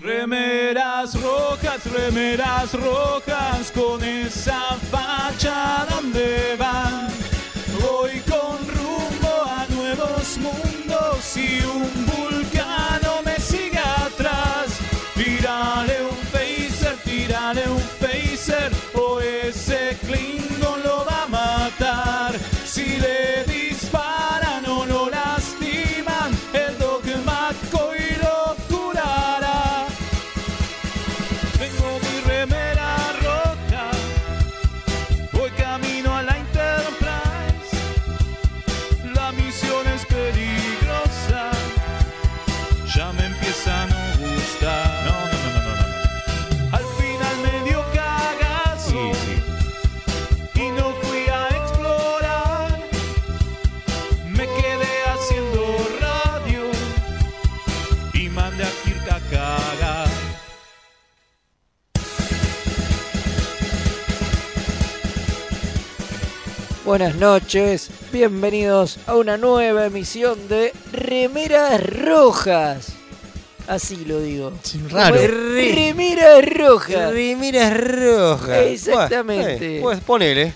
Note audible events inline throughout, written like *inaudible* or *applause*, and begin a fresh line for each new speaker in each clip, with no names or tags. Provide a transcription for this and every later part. Remeras rojas, remeras rojas, con esa facha donde van. Voy con rumbo a nuevos mundos y un vulcano me sigue atrás. Tírale un phaser, tírale un phaser, o ese Klingon lo va a matar. Si le disparan o lo lastiman, el dogma y lo curará. Tengo mi remera roja, voy camino a la Enterprise. La misión es peligrosa, ya me empieza a no gustar. No, no, no, no, no. Al final me dio cagazo y no fui a explorar. Me quedé haciendo radio y mandé a Kirk a cagar.
Buenas noches, bienvenidos a una nueva emisión de Remeras Rojas. Así lo digo.
Raro.
Re-
Remeras Rojas.
Remeras rojas.
Exactamente.
Bueno, eh, Pues ponele.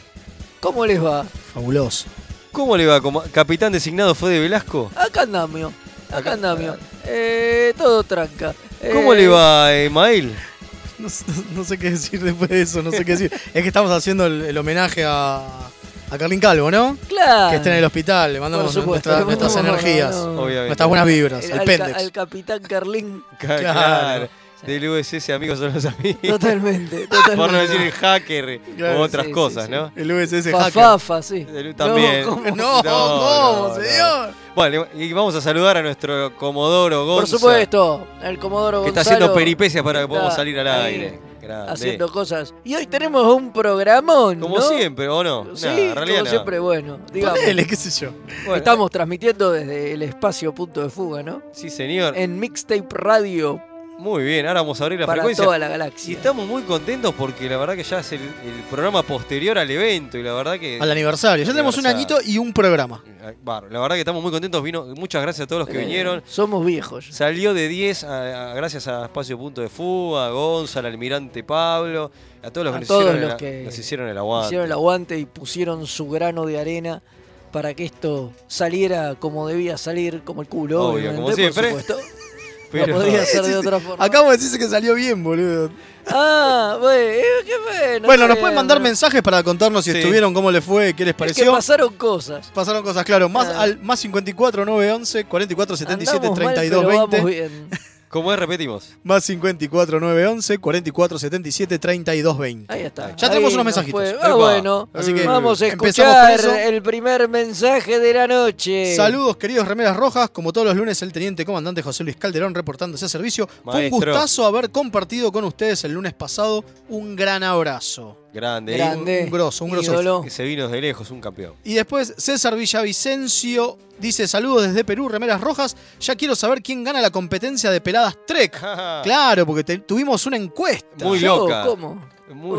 ¿Cómo les va?
Fabuloso.
¿Cómo le va? como ¿Capitán designado fue de Velasco?
Acá andamio. Acá
Acá-
andamio. Eh, todo tranca.
¿Cómo
Eh,
le
*laughs*
va, Emael?
No, s- no- no sé qué decir después de eso, no sé qué decir. Es que estamos haciendo el, el homenaje a, a Carlín Calvo, ¿no?
Claro.
Que está en el hospital, le mandamos
Por supuesto,
nuestra-
le
nuestras
mandamos-
energías,
no, no.
Obviamente.
nuestras buenas vibras, el,
al, ca-
pendex.
al capitán
*laughs*
Carlín.
Ca-
Claro.
Claro. Del USS, amigos son los amigos.
Totalmente.
Por no
totalmente.
decir el hacker
Claro,
o otras
sí,
cosas,
sí,
¿no?
El USS hacker.
Fafafa, sí.
Del- También.
No, ¿cómo?
No,
No,
¿cómo,
no,
señor?
Bueno, y vamos a saludar a nuestro Comodoro Gonza.
Por supuesto, el Comodoro
Que está
Gonzalo
haciendo peripecias para que podamos
está
salir al
ahí
aire. Grande.
haciendo cosas. Y hoy tenemos un programón,
Como
¿no?
siempre, ¿o no?
Sí,
Nah, en realidad
como
no.
siempre, bueno, digamos.
Ponele, qué sé yo.
Bueno,
Estamos transmitiendo desde el espacio Punto de Fuga, ¿no?
Sí, señor.
En Mixtape Radio
Muy bien, ahora vamos a abrir la
para
frecuencia.
toda la
Y
galaxia.
estamos muy contentos porque la verdad que ya es el, el programa posterior al evento y la verdad que...
Al aniversario. Ya tenemos un
Aniversario.
añito y un programa.
Bárbaro. La verdad que estamos muy contentos, vino muchas gracias a todos los que
Eh,
vinieron.
Somos viejos.
Salió de 10 a- a- gracias a Espacio Punto de Fuga, a Gonza, al almirante Pablo, a todos los
A
que, nos,
todos
hicieron
los
el,
que
nos hicieron el aguante.
Hicieron el aguante y pusieron su grano de arena para que esto saliera como debía salir, como el culo,
Obvio,
obviamente,
como
por
siempre.
supuesto.
Pero-
No podía ser de otra forma.
Acabo de decirse que salió bien, boludo.
Ah, bueno, qué bueno.
Bueno, nos
qué
pueden mandar
bueno.
mensajes para contarnos si
Sí.
estuvieron, cómo les fue, qué les
Es que
pareció.
pasaron cosas.
Pasaron cosas, claro. Más,
Claro.
al, más 54 9 11 44 77
Andamos mal,
32
pero
20.
vamos bien.
Como es, repetimos.
Más 54 9 11 44 77 32 20.
Ahí está.
Ya
Ahí
tenemos unos
nos
mensajitos.
fue. Ah,
Epa.
bueno.
Así que
Vamos a
empezamos con
escuchar
eso.
el primer mensaje de la noche.
Saludos, queridos remeras rojas. Como todos los lunes, el teniente comandante José Luis Calderón reportándose a servicio. Fue un
Maestro.
gustazo haber compartido con ustedes el lunes pasado. Un gran abrazo.
Grande. ¿eh?
Grande.
Un- un grosso, un grosso.
ídolo.
Que se vino desde lejos, un campeón. *laughs*
Y después César Villavicencio dice saludos desde Perú, remeras rojas. Ya quiero saber quién gana la competencia de peladas Trek. Claro, porque te- tuvimos una encuesta.
Muy
Yo,
loca.
¿Cómo?
Muy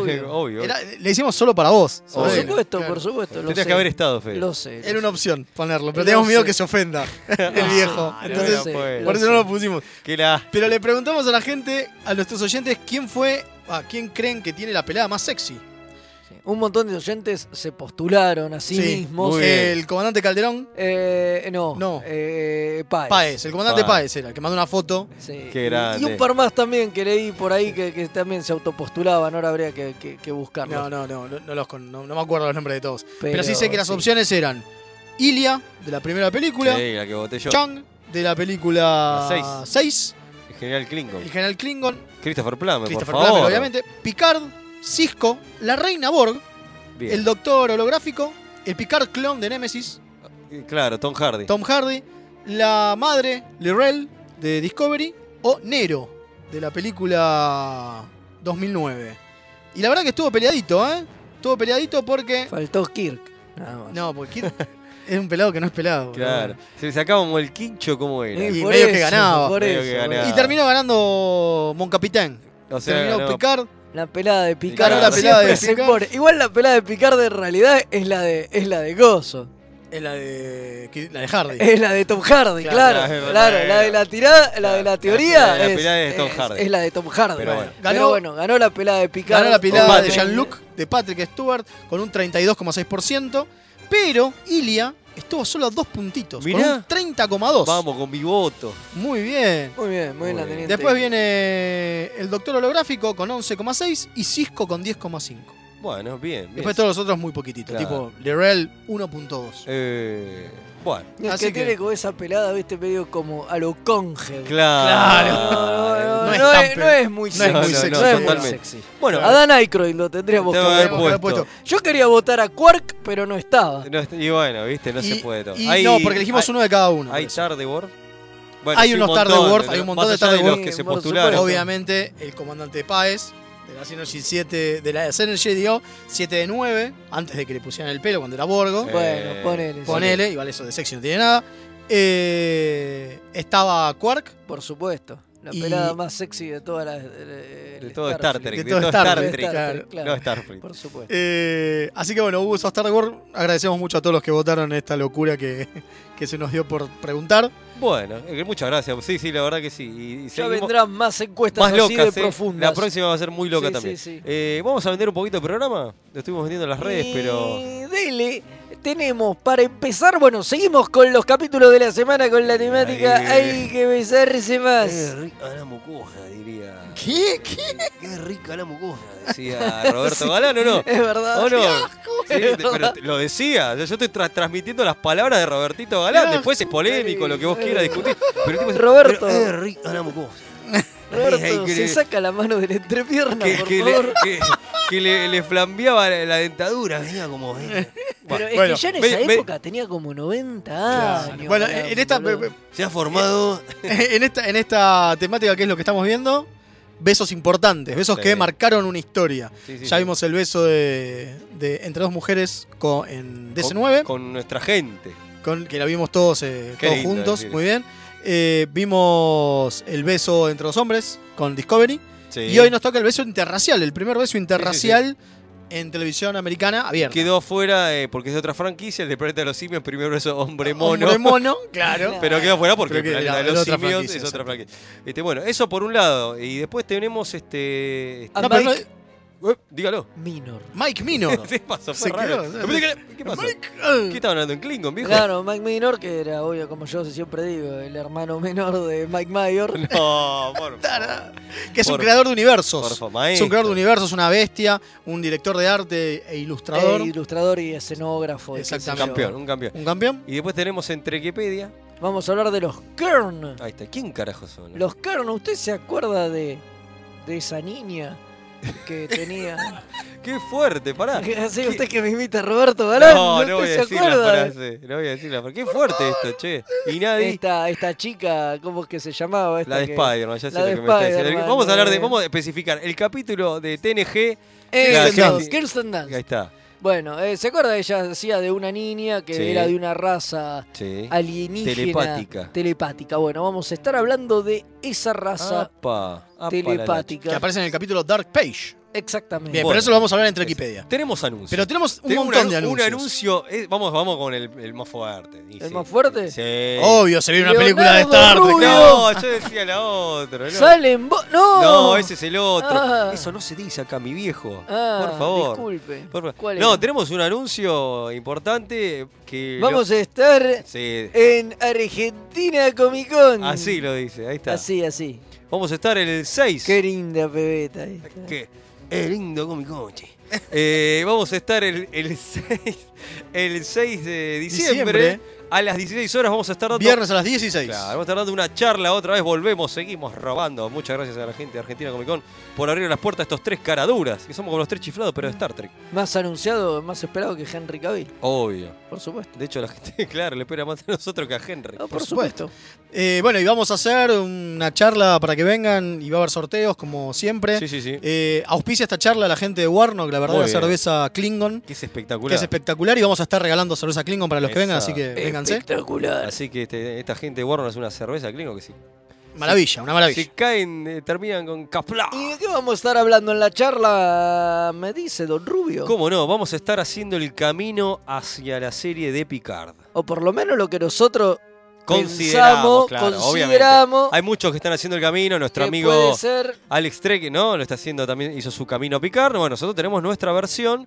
Obvio.
obvio. obvio.
Era- le hicimos solo para vos.
Por
Obvio.
¿sabés?
supuesto,
Claro.
por supuesto. Lo
Tendrías
sé.
que haber estado, Fede.
Lo sé.
Era una opción ponerlo,
Lo
pero teníamos miedo
sé.
que se
*laughs*
ofenda el
Ah,
viejo.
no,
Entonces,
sé,
pues.
lo
por eso
sé.
no lo pusimos.
Qué la...
Pero le preguntamos a la gente, a nuestros oyentes, quién fue, a quién creen que tiene la pelada más sexy.
Sí. Un montón de oyentes se postularon a sí,
Sí,
mismos.
muy bien.
El comandante Calderón,
Eh, no.
No.
Eh, Páez.
Paez. El comandante
Páez.
Paez era el que mandó una foto.
Sí.
Qué
Y- Y
grande.
un par más también que leí por ahí que, que también se autopostulaban. Ahora habría que, que, que buscarlos.
No, no, no, no, no los con- no- no me acuerdo los nombres de todos. Pero, sí sé que las
sí.
opciones eran Ilia, de la primera película,
Sí, la que voté yo.
Chang, de la película
La
6,
El general Klingon.
el general Klingon,
Christopher Plummer, por
Christopher
favor.
Plummer, obviamente, Picard, Cisco, la reina Borg,
Bien.
el doctor holográfico, el Picard clon de Nemesis,
Eh, Claro, Tom Hardy.
Tom Hardy, la madre, Lirel, de Discovery, o Nero, de la película 2009. Y la verdad que estuvo peleadito, ¿eh? Estuvo peleadito porque...
Faltó Kirk. Nada más.
No, porque Kirk es un pelado que no es pelado.
Claro. Se le sacábamos el quincho como era.
Eh,
Y
por
medio que
eso,
ganaba.
por
Medio
eso,
que ganaba.
Y terminó ganando Moncapitán.
o sea,
terminó
ganó-
Picard.
La pelada de Picard.
Claro, la
siempre
pelada de
se
Picard.
pone. Igual la pelada de Picard en realidad es la de, es la de Gozo.
Es la de. que- La de Hardy.
Es la de Tom Hardy, claro,
Claro,
claro,
claro,
la de la tirada, la de la
Claro,
teoría
la de la
es,
pelada de Tom
es-
Hardy.
es la de Tom Hardy.
Pero bueno.
Pero
Ganó-
bueno, ganó la pelada de Picard.
Ganó la pilada
Patrick.
de Jean-Luc, de Patrick Stewart, con un 32,6%. Pero Ilia estuvo solo a dos puntitos.
Mirá.
Con un 30,2.
Vamos con mi voto.
Muy bien.
Muy bien, muy bien la
Muy bien.
teniente.
Después viene el Doctor Holográfico con 11,6 y Cisco con 10,5.
Bueno, bien. bien.
Después todos los otros muy poquititos.
Claro.
Tipo Lerel 1,2.
Eh, bueno,
El
Así
que, tiene
que-
como esa pelada, viste, medio como a lo conge.
claro.
No, no, no,
*laughs* No es
no
tan
es,
pe-
no es muy
no
sexy.
es muy sexy,
no es muy
totalmente.
sexy.
Bueno,
Adán Aykroyd lo tendríamos que
Te va
ver.
a haber
Tenemos que haber
puesto.
puesto.
Yo quería votar a Quark, pero no estaba.
no está- y bueno, viste, no
y,
se puede todo.
y
Hay-
no, porque elegimos
hay,
uno de cada uno.
Hay
por eso.
Tarde Worf. Bueno,
Hay
sí,
unos Tarde
montón,
Worf,
pero
hay un montón
más
de
allá
Tarde
los
Worf.
que se
Por
postularon.
supuesto.
Obviamente, el comandante Paez de la Synergy 7 de la Synergy dio 7 de 9 antes de que le pusieran el pelo cuando era Borgo.
Bueno,
Eh,
ponele. sí.
Ponele, igual eso de sexy no tiene nada. Eh, estaba Quark
Por supuesto. La
Y-
pelada más sexy de todas las. De,
De todo Star Trek.
de
De
todo
todo
Star
Star
Trek,
Trek.
claro, claro.
No Starfleet.
Por supuesto.
Eh, así que bueno, hubo esos Star Wars. Agradecemos mucho a todos los que votaron esta locura que, que se nos dio por preguntar.
Bueno, eh, muchas gracias. Sí, sí, la verdad que sí. Y, y
Ya
seguimos
vendrán más encuestas
más
así
locas.
de
eh.
profundas.
La próxima va a ser muy loca
Sí,
también.
sí, sí.
Eh, Vamos a vender un poquito el programa. Lo estuvimos vendiendo en las redes, pero.
Y Dele, tenemos para empezar, bueno, seguimos con los capítulos de la semana con la temática
Ahí.
Hay que besarse
Qué
más.
rica la mucosa, *laughs* diría.
¿Qué?
Qué rica la mucosa, *laughs* decía Roberto Galán, ¿o no?
*laughs* Es verdad.
¿O Oh, no? Sí,
Es
te-
verdad.
pero te- lo decía, yo, yo estoy tra- transmitiendo las palabras de Robertito Galán,
Qué
después es polémico, lo que vos quieras discutir. Pero el tipo dice,
eh. Roberto.
"Pero es rica la mucosa".
Roberto,
Ay, que
se
le-
saca la mano de la entrepierna,
que,
por
que
favor.
le, que- que le- le flambeaba la, la dentadura, venía
*laughs*
como... eh,
Pero
bueno,
es
Bueno,
que yo en
me-
esa
me-
época tenía como 90 años.
Bueno,
caramba,
en esta,
boludo.
se ha formado...
*laughs*
Eh,
en, esta, en esta temática que es lo que estamos viendo, besos importantes, besos
Sí.
que marcaron una historia.
Sí, sí,
ya
sí.
vimos el beso de, de entre dos mujeres con, en
Con-
DC9,
Con, nuestra gente.
con- que la vimos todos, eh,
Qué
todos
lindo
juntos,
decir.
muy bien. Eh, vimos el beso entre dos hombres con Discovery.
Sí.
Y hoy nos toca el beso interracial, el primer beso interracial
Sí,
en televisión americana abierta.
Quedó fuera, eh, porque es de otra franquicia, el de Planeta de los Simios, primero eso, hombre mono.
Hombre mono, claro.
*laughs* Pero quedó fuera porque
Creo
el
que
planeta
era-
de
era
los
otra
simios
franquicia,
es otra
exacto.
franquicia. Este, bueno, eso por un lado. Y después tenemos este. este-
A
No, pero Ah, no-
Mike
Eh, dígalo.
Minor.
Mike
*laughs*
Minor.
¿Qué pasó? Fue
Se
raro.
quedó,
De repente, ¿Qué, qué pasó?
Mike, eh,
¿Qué estaba hablando en Klingon, viejo?
Claro, Mike Minor, que era, obvio, como yo siempre digo, el hermano menor de Mike Mayor.
*laughs* No, por favor.
Tara, que es un
Por-
creador de
Por
universos.
favor,
Es un creador de
maestro.
universos, una bestia, un director de arte e ilustrador,
Eh, ilustrador y escenógrafo. y qué sé
Exactamente.
yo.
Campeón, un campeón.
un campeón.
Y después tenemos Entrequipedia.
Vamos a hablar de los Kern.
Ahí está. ¿Quién carajo son?
Los Kern, ¿usted se acuerda de, de esa niña
*laughs*
que tenía?
Qué fuerte,
*laughs*
pará.
Así
Ah, ¿Qué?
usted que me imita Roberto Galán.
no, no voy a
¿Usted se
decir la
acuerda? de
frase. No voy a decir la frase. Qué fuerte esto, che. Y nadie.
Esta, esta chica, ¿cómo es que se llamaba? Esta
La de
que-
Spider-Man, ya sé
la
lo
de
que me está diciendo.
Spider-Man,
Vamos a hablar de,
eh.
vamos a especificar. El capítulo de TNG,
Eh,
La
Dunst,
Kirsten-
Kirsten Dunst.
ahí está.
Bueno, eh, ¿se acuerda? Ella hacía de una niña que
Sí.
era de una raza
Sí.
alienígena.
Telepática.
Telepática. Bueno, vamos a estar hablando de esa raza
Apa, Ah, apa,
telepática.
Que aparece en el capítulo Dark Page.
Exactamente.
Bien,
Bueno.
pero eso lo vamos a hablar en
la-
Wikipedia.
Tenemos anuncios.
Pero tenemos un
Tenemos
montón de
anu-
anuncios.
Un anuncio. eh, vamos, vamos con el, el más fuerte. y
¿El más fuerte?
Sí.
Obvio, se ve una película de Star
Leonardo
Trek.
Rubio.
No, yo decía la otra. No.
Salen vos. No.
No, ese es el otro.
Ah.
Eso no se dice acá, mi viejo.
Ah,
Por favor.
Disculpe.
Por favor.
¿Cuál
no,
era?
tenemos un anuncio importante que. lo-
Vamos a estar
Sí.
en Argentina Comic Con.
Así lo dice, ahí está.
Así, así.
Vamos a estar el 6.
Qué linda pebeta. esta.
que es lindo como mi coche. Eh, vamos a estar el, el 6, el 6 de diciembre,
Diciembre.
A las 16 horas vamos a estar dando.
Viernes a las 16.
Claro, vamos a estar dando una charla otra vez. Volvemos, seguimos robando. Muchas gracias a la gente de Argentina Comic Con por abrir las puertas a estos tres caraduras. Que somos como los tres chiflados, pero de Star Trek.
Más anunciado, más esperado que Henry Cavill,
Obvio.
por supuesto.
De hecho, la gente, *laughs* claro, le espera más a nosotros que a Henry.
Ah,
por supuesto. Eh, bueno, y vamos a hacer una charla para que vengan y va a haber sorteos como siempre.
Sí, sí, sí.
Eh, auspicia esta charla la gente de Warnock, la verdadera
Muy bien.
cerveza Klingon,
Que es espectacular.
que es espectacular y vamos a estar regalando cerveza Klingon para los que vengan, así
Exacto.
que vénganse.
Espectacular.
Así que este- esta gente de Warner hace una cerveza, Klingo, que sí.
Maravilla, una maravilla.
Si caen, eh, terminan con Capla.
¿Y de qué vamos a estar hablando en la charla? Me dice Don Rubio.
¿Cómo no? Vamos a estar haciendo el camino hacia la serie de Picard.
O por lo menos lo que nosotros Pensamos,
Consideramos, claro,
consideramos
obviamente. Hay muchos que están haciendo el camino. Nuestro
que
amigo
puede ser.
Alex Trek, ¿no? Lo está haciendo también, hizo su camino a Picard. Bueno, nosotros tenemos nuestra versión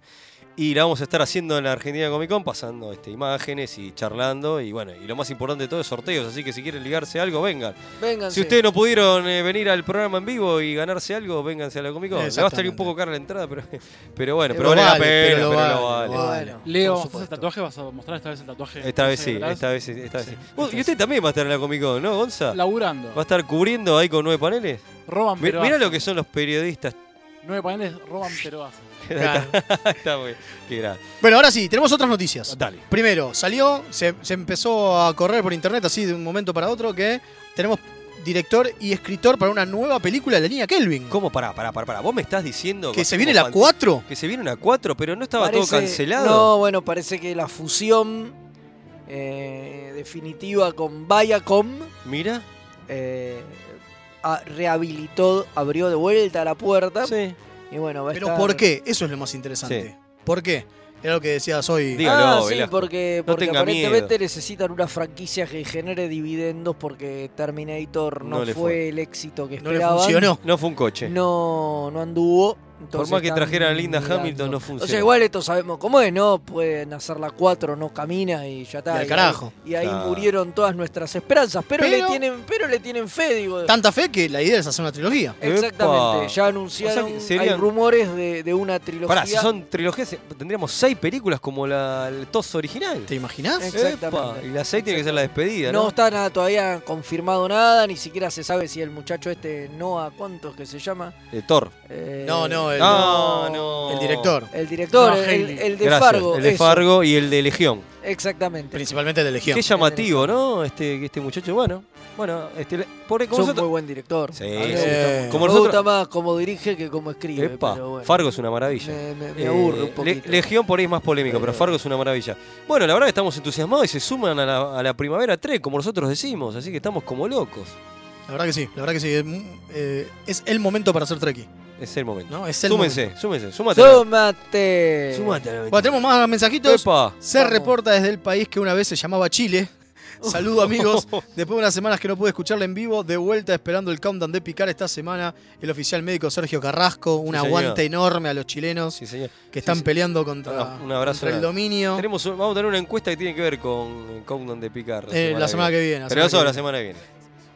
y la vamos a estar haciendo en la Argentina Comic Con, pasando este, imágenes y charlando. Y bueno, y lo más importante de todo es sorteos. Así que si quieren ligarse a algo, vengan.
Vengan.
Si ustedes no pudieron eh, venir al programa en vivo y ganarse algo, vénganse a la Comic Con. Le va a salir un
Exactamente.
poco cara la entrada, pero, *laughs* pero bueno, pero
Pero
vale la
vale,
pena,
pero
pero
lo
lo
vale,
vale.
lo vale.
Leo,
Por
¿vas a hacer
supuesto.
tatuaje? ¿Vas a mostrar esta vez el tatuaje?
Esta vez
que
sí,
sacarás?
esta vez sí, esta vez sí. Vos-
esta
Y
vez
usted también va a estar en la Comic Con, ¿no, Gonza?
Laburando.
Va a estar cubriendo ahí con nueve paneles.
Roban
Mi-
pero
Mirá
hacen.
lo que son los periodistas.
Nueve paneles roban pero hacen.
Claro.
Está muy- Qué gran.
Bueno, ahora sí, tenemos otras noticias.
Dale.
Primero, salió, se, se empezó a correr por internet así de un momento para otro que tenemos director y escritor para una nueva película de la línea Kelvin.
¿Cómo? Pará, pará, pará, pará. Vos me estás diciendo.
Que se
como
viene la
fan-
4.
Que se viene una 4, pero no estaba todo
Parece-
cancelado.
No, bueno, parece que la fusión eh, definitiva con Viacom
Mira.
eh, a- rehabilitó, abrió de vuelta la puerta.
Sí.
Y bueno, va a
Pero
estar-
¿por qué? Eso es lo más interesante. ¿Por qué? Era lo que decías hoy.
Diga. Dígalo,
ah, sí,
Velasco.
porque,
No
porque
tenga
aparentemente necesitan una franquicia que genere dividendos porque Terminator no,
No le
fue,
fue.
el éxito que
no le
esperaban.
funcionó.
No fue un coche.
No, no anduvo.
Por
entonces
más que
están
trajera a Linda
mirando.
Hamilton, no funcionó.
O sea, igual esto sabemos cómo es, ¿no? Pueden hacer la 4, no camina y ya está.
Y al carajo.
Y ahí
Claro.
murieron todas nuestras esperanzas. Pero, le
Pero-
tienen, pero le tienen fe, digo.
Tanta fe que la idea es hacer una trilogía.
Exactamente.
Epa.
Ya anunciaron,
O sea, que serían-
hay rumores de, de una trilogía.
Pará, si son trilogías, eh, tendríamos seis películas como la, el TOS original.
¿Te imaginás?
Eh, Exactamente.
Epa, Y la seis tiene que ser la despedida,
No
¿no?
está nada, todavía confirmado nada, ni siquiera se sabe si el muchacho este Noah, ¿cuántos que se llama?
Eh, Thor.
Eh,
No, no, el-
Ah, no.
El director.
El director,
Noah
el,
Hawley.
el de
Gracias,
Fargo.
El de
eso,
Fargo y el de Legión.
Exactamente.
Principalmente de Legión.
Qué llamativo, ¿no? Este, este muchacho, bueno. Bueno, este, le- por
Es
como
un
nosotros-
muy buen director.
Sí,
A mí
sí.
me gusta mucho.
Como
me
nosotros-
gusta más como dirige que como escribe.
Epa,
pero bueno.
Fargo es una maravilla.
Me, me- me
Eh,
aburre un
Le-
poquito.
Legión por ahí es más polémico, pero
Pero-
Fargo es una maravilla. Bueno, la verdad que estamos entusiasmados y se suman a la, a la primavera 3, como nosotros decimos, así que estamos como locos.
La verdad que sí, la verdad que sí. Es, mm, eh, es el momento para hacer Treki.
Es el momento.
¿no? Es el
súmense,
momento.
súmense, súmate. a la-
Súmate.
Súmate. a la
Bueno, tenemos más mensajitos.
Epa.
Se
Vamos.
reporta desde el país que una vez se
*laughs*
llamaba Chile. Saludo amigos. Después de unas semanas que no pude escucharla en vivo, de vuelta esperando el countdown de picar esta semana, el oficial médico Sergio Carrasco, un
Sí, señor.
aguante enorme a los chilenos
Sí, señor.
que están
sí.
peleando contra,
Un abrazo
contra Ah, el
grande.
dominio eh,
Tenemos, un- vamos a tener una encuesta que tiene que ver con el Countdown de Picar.
eh, la semana que viene. la
Pero eso
semana
la
que viene.
semana que viene.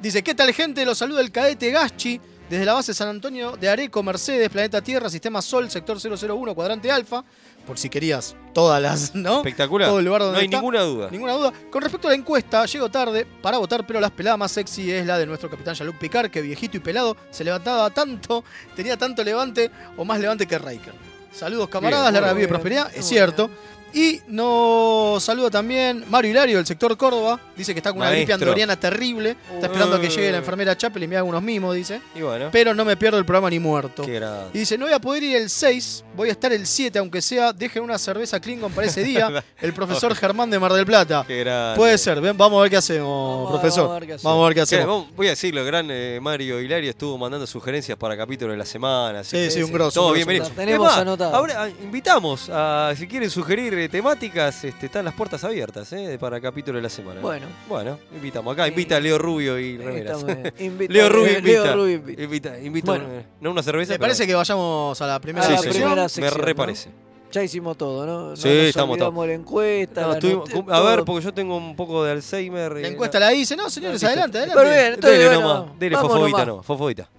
Dice, ¿qué tal gente? Los saluda el cadete Gaschi desde la base San Antonio de Areco, Mercedes, Planeta Tierra, Sistema Sol, Sector 001, Cuadrante Alfa, por si querías todas las, ¿no?
Espectacular.
Todo el lugar donde
no hay
está.
ninguna duda.
Ninguna duda. Con respecto a la encuesta, llego tarde para votar, pero la pelada más sexy es la de nuestro capitán Jean-Luc Picard, que viejito y pelado se levantaba tanto, tenía tanto levante o más levante que Riker. Saludos camaradas,
Bien,
larga
muy
vida y
bien,
prosperidad,
muy
es cierto. Y nos saluda también Mario Hilario del sector Córdoba, dice que está con una gripe
Maestro.
andoriana terrible, está esperando a que llegue la enfermera Chapel y me haga unos mimos, dice.
Y bueno,
Pero no me pierdo el programa ni muerto.
qué grande.
Y dice, no voy a poder ir el 6, voy a estar el 7, aunque sea, dejen una cerveza Klingon para
*laughs*
ese día, el profesor Germán de Mar del Plata.
Qué grande.
Puede ser, ven, vamos a ver qué hacemos,
Vamos a-
profesor.
vamos a ver qué hacemos.
Vamos a ver qué
Que,
hacemos.
vamos- voy a decirlo, el gran eh, Mario Hilario estuvo mandando sugerencias para capítulos de la semana. así
Sí,
que
sí, un grosso,
Todo
un grosso,
bienvenido.
un grosso. Tenemos
Es más,
anotado.
Ahora ah, invitamos a, si quieren sugerir eh, temáticas, este, están las puertas abiertas eh, para capítulo de la semana.
Bueno.
Bueno, invitamos. Acá
Sí.
invita a Leo Rubio y Remeras.
Está muy
eh.
*laughs*
bien. Invita- eh,
Leo Rubio invita.
Leo Rubio invita.
Invita, invita
Bueno.
una- no una cerveza.
Me parece que vayamos a la primera
a
Sí,
la
sí, sí.
sección.
primera
me
sección, ¿no?
reparece.
Ya hicimos todo, ¿no? No
Sí,
nos
estamos
olvidamos la encuesta.
No,
la
estuvimos-
noti-
a ver,
todo.
porque yo tengo un poco de Alzheimer.
La encuesta la hice, no, señores,
Listo.
adelante, adelante.
Pero bien, entonces,
Dele
bueno,
nomás, dele
vamos
fofobita
nomás.
nomás, fofobita.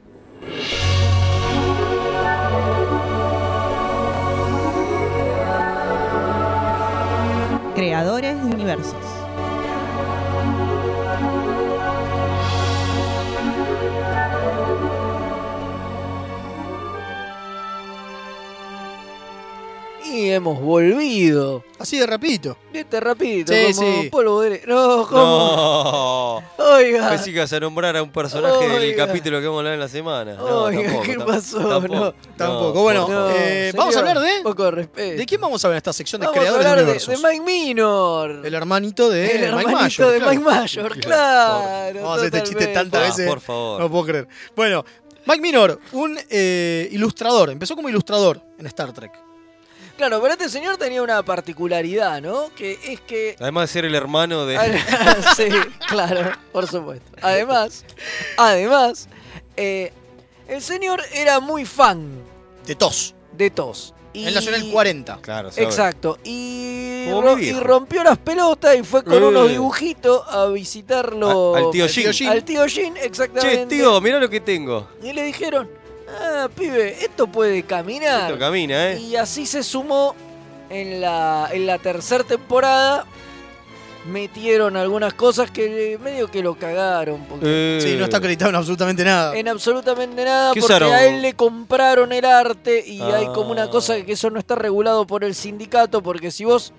creadores de universos.
Y hemos volvido.
Así de rapidito.
Viste, rapidito,
Sí,
como
sí.
polvo de... No, ¿cómo?
No. Pues
Oiga.
Pensé que ibas a nombrar a un personaje del
Oiga.
capítulo que vamos a hablar en la semana. No,
Oiga,
tampoco,
¿qué
tam-
pasó? No.
Tampoco. Bueno,
no.
eh, vamos a
señor,
hablar de-
Poco respeto.
¿De quién vamos a ver en esta sección de
Vamos a
creadores
hablar
de
de,
universos?
de Mike Minor.
El hermanito Eh, de
El
Mike
hermanito
Mayor.
de
claro.
Mike Mayor, claro.
Vamos a hacer este chiste
totalmente.
tantas
Ah,
veces.
por favor.
No puedo creer. Bueno, Mike Minor, un eh, ilustrador. Empezó como ilustrador en Star Trek.
Claro, pero este señor tenía una particularidad, ¿no? Que es que...
Además de ser el hermano de.
*laughs* sí, claro, por supuesto. Además, además, eh, el señor era muy fan
De TOS.
de TOS. Y...
En la zona del 40.
Claro, sabe.
Exacto. Y,
Como
ro-
mi viejo.
y rompió las pelotas y fue con
Eh.
unos dibujitos a visitarlo.
A- al tío
al tío
Jim.
Jim.
Al tío Jin,
Che,
exactamente.
tío, mirá lo que tengo.
Y le dijeron, ah, pibe, esto puede caminar.
Esto camina, ¿eh?
y así se sumó en la, en la tercera temporada. Metieron algunas cosas que eh, medio que lo cagaron. Porque
Eh.
Sí, no está acreditado en absolutamente nada.
en absolutamente nada
¿Qué
porque
usaron?
a él le compraron el arte y hay
Ah.
como una cosa que eso no está regulado por el sindicato porque si vos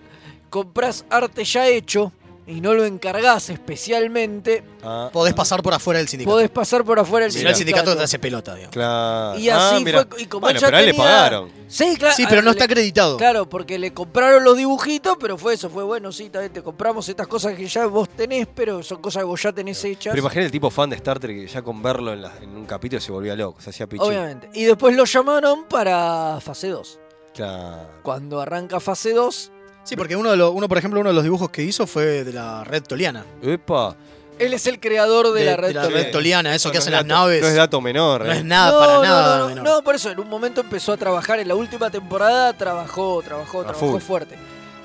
comprás arte ya hecho y no lo encargás especialmente,
Ah,
Podés pasar por afuera del sindicato.
podés pasar por afuera del
Si no,
Mirá.
el
sindicato.
sindicato te hace pelota, digamos.
claro.
Y
Ah,
así
mirá.
fue. Y como
Bueno,
ya
pero a él le
tenía-
pagaron.
Sí, claro.
Sí, pero no
le-
está acreditado.
Claro, porque le compraron los dibujitos, pero fue eso, fue bueno, sí, también te compramos estas cosas que ya vos tenés, pero son cosas que vos ya tenés hechas.
Pero imagínate el tipo fan de Star Trek que ya con verlo en, la- en un capítulo se volvía loco, se hacía pichín.
Obviamente. Y después lo llamaron para fase 2.
Claro.
Cuando arranca fase 2,
Sí, porque uno, de los- uno, por ejemplo, uno de los dibujos que hizo fue de la red toliana.
Epa.
él es el creador de, la red.
Toliana.
red toliana, eso
No
que
es
hacen las
dato-
naves.
No es dato menor.
Pues, No
¿eh?
es nada, para
no,
nada.
no,
menor.
no, por eso en un momento empezó a trabajar, en la última temporada trabajó, trabajó,
A
trabajó
full.
fuerte.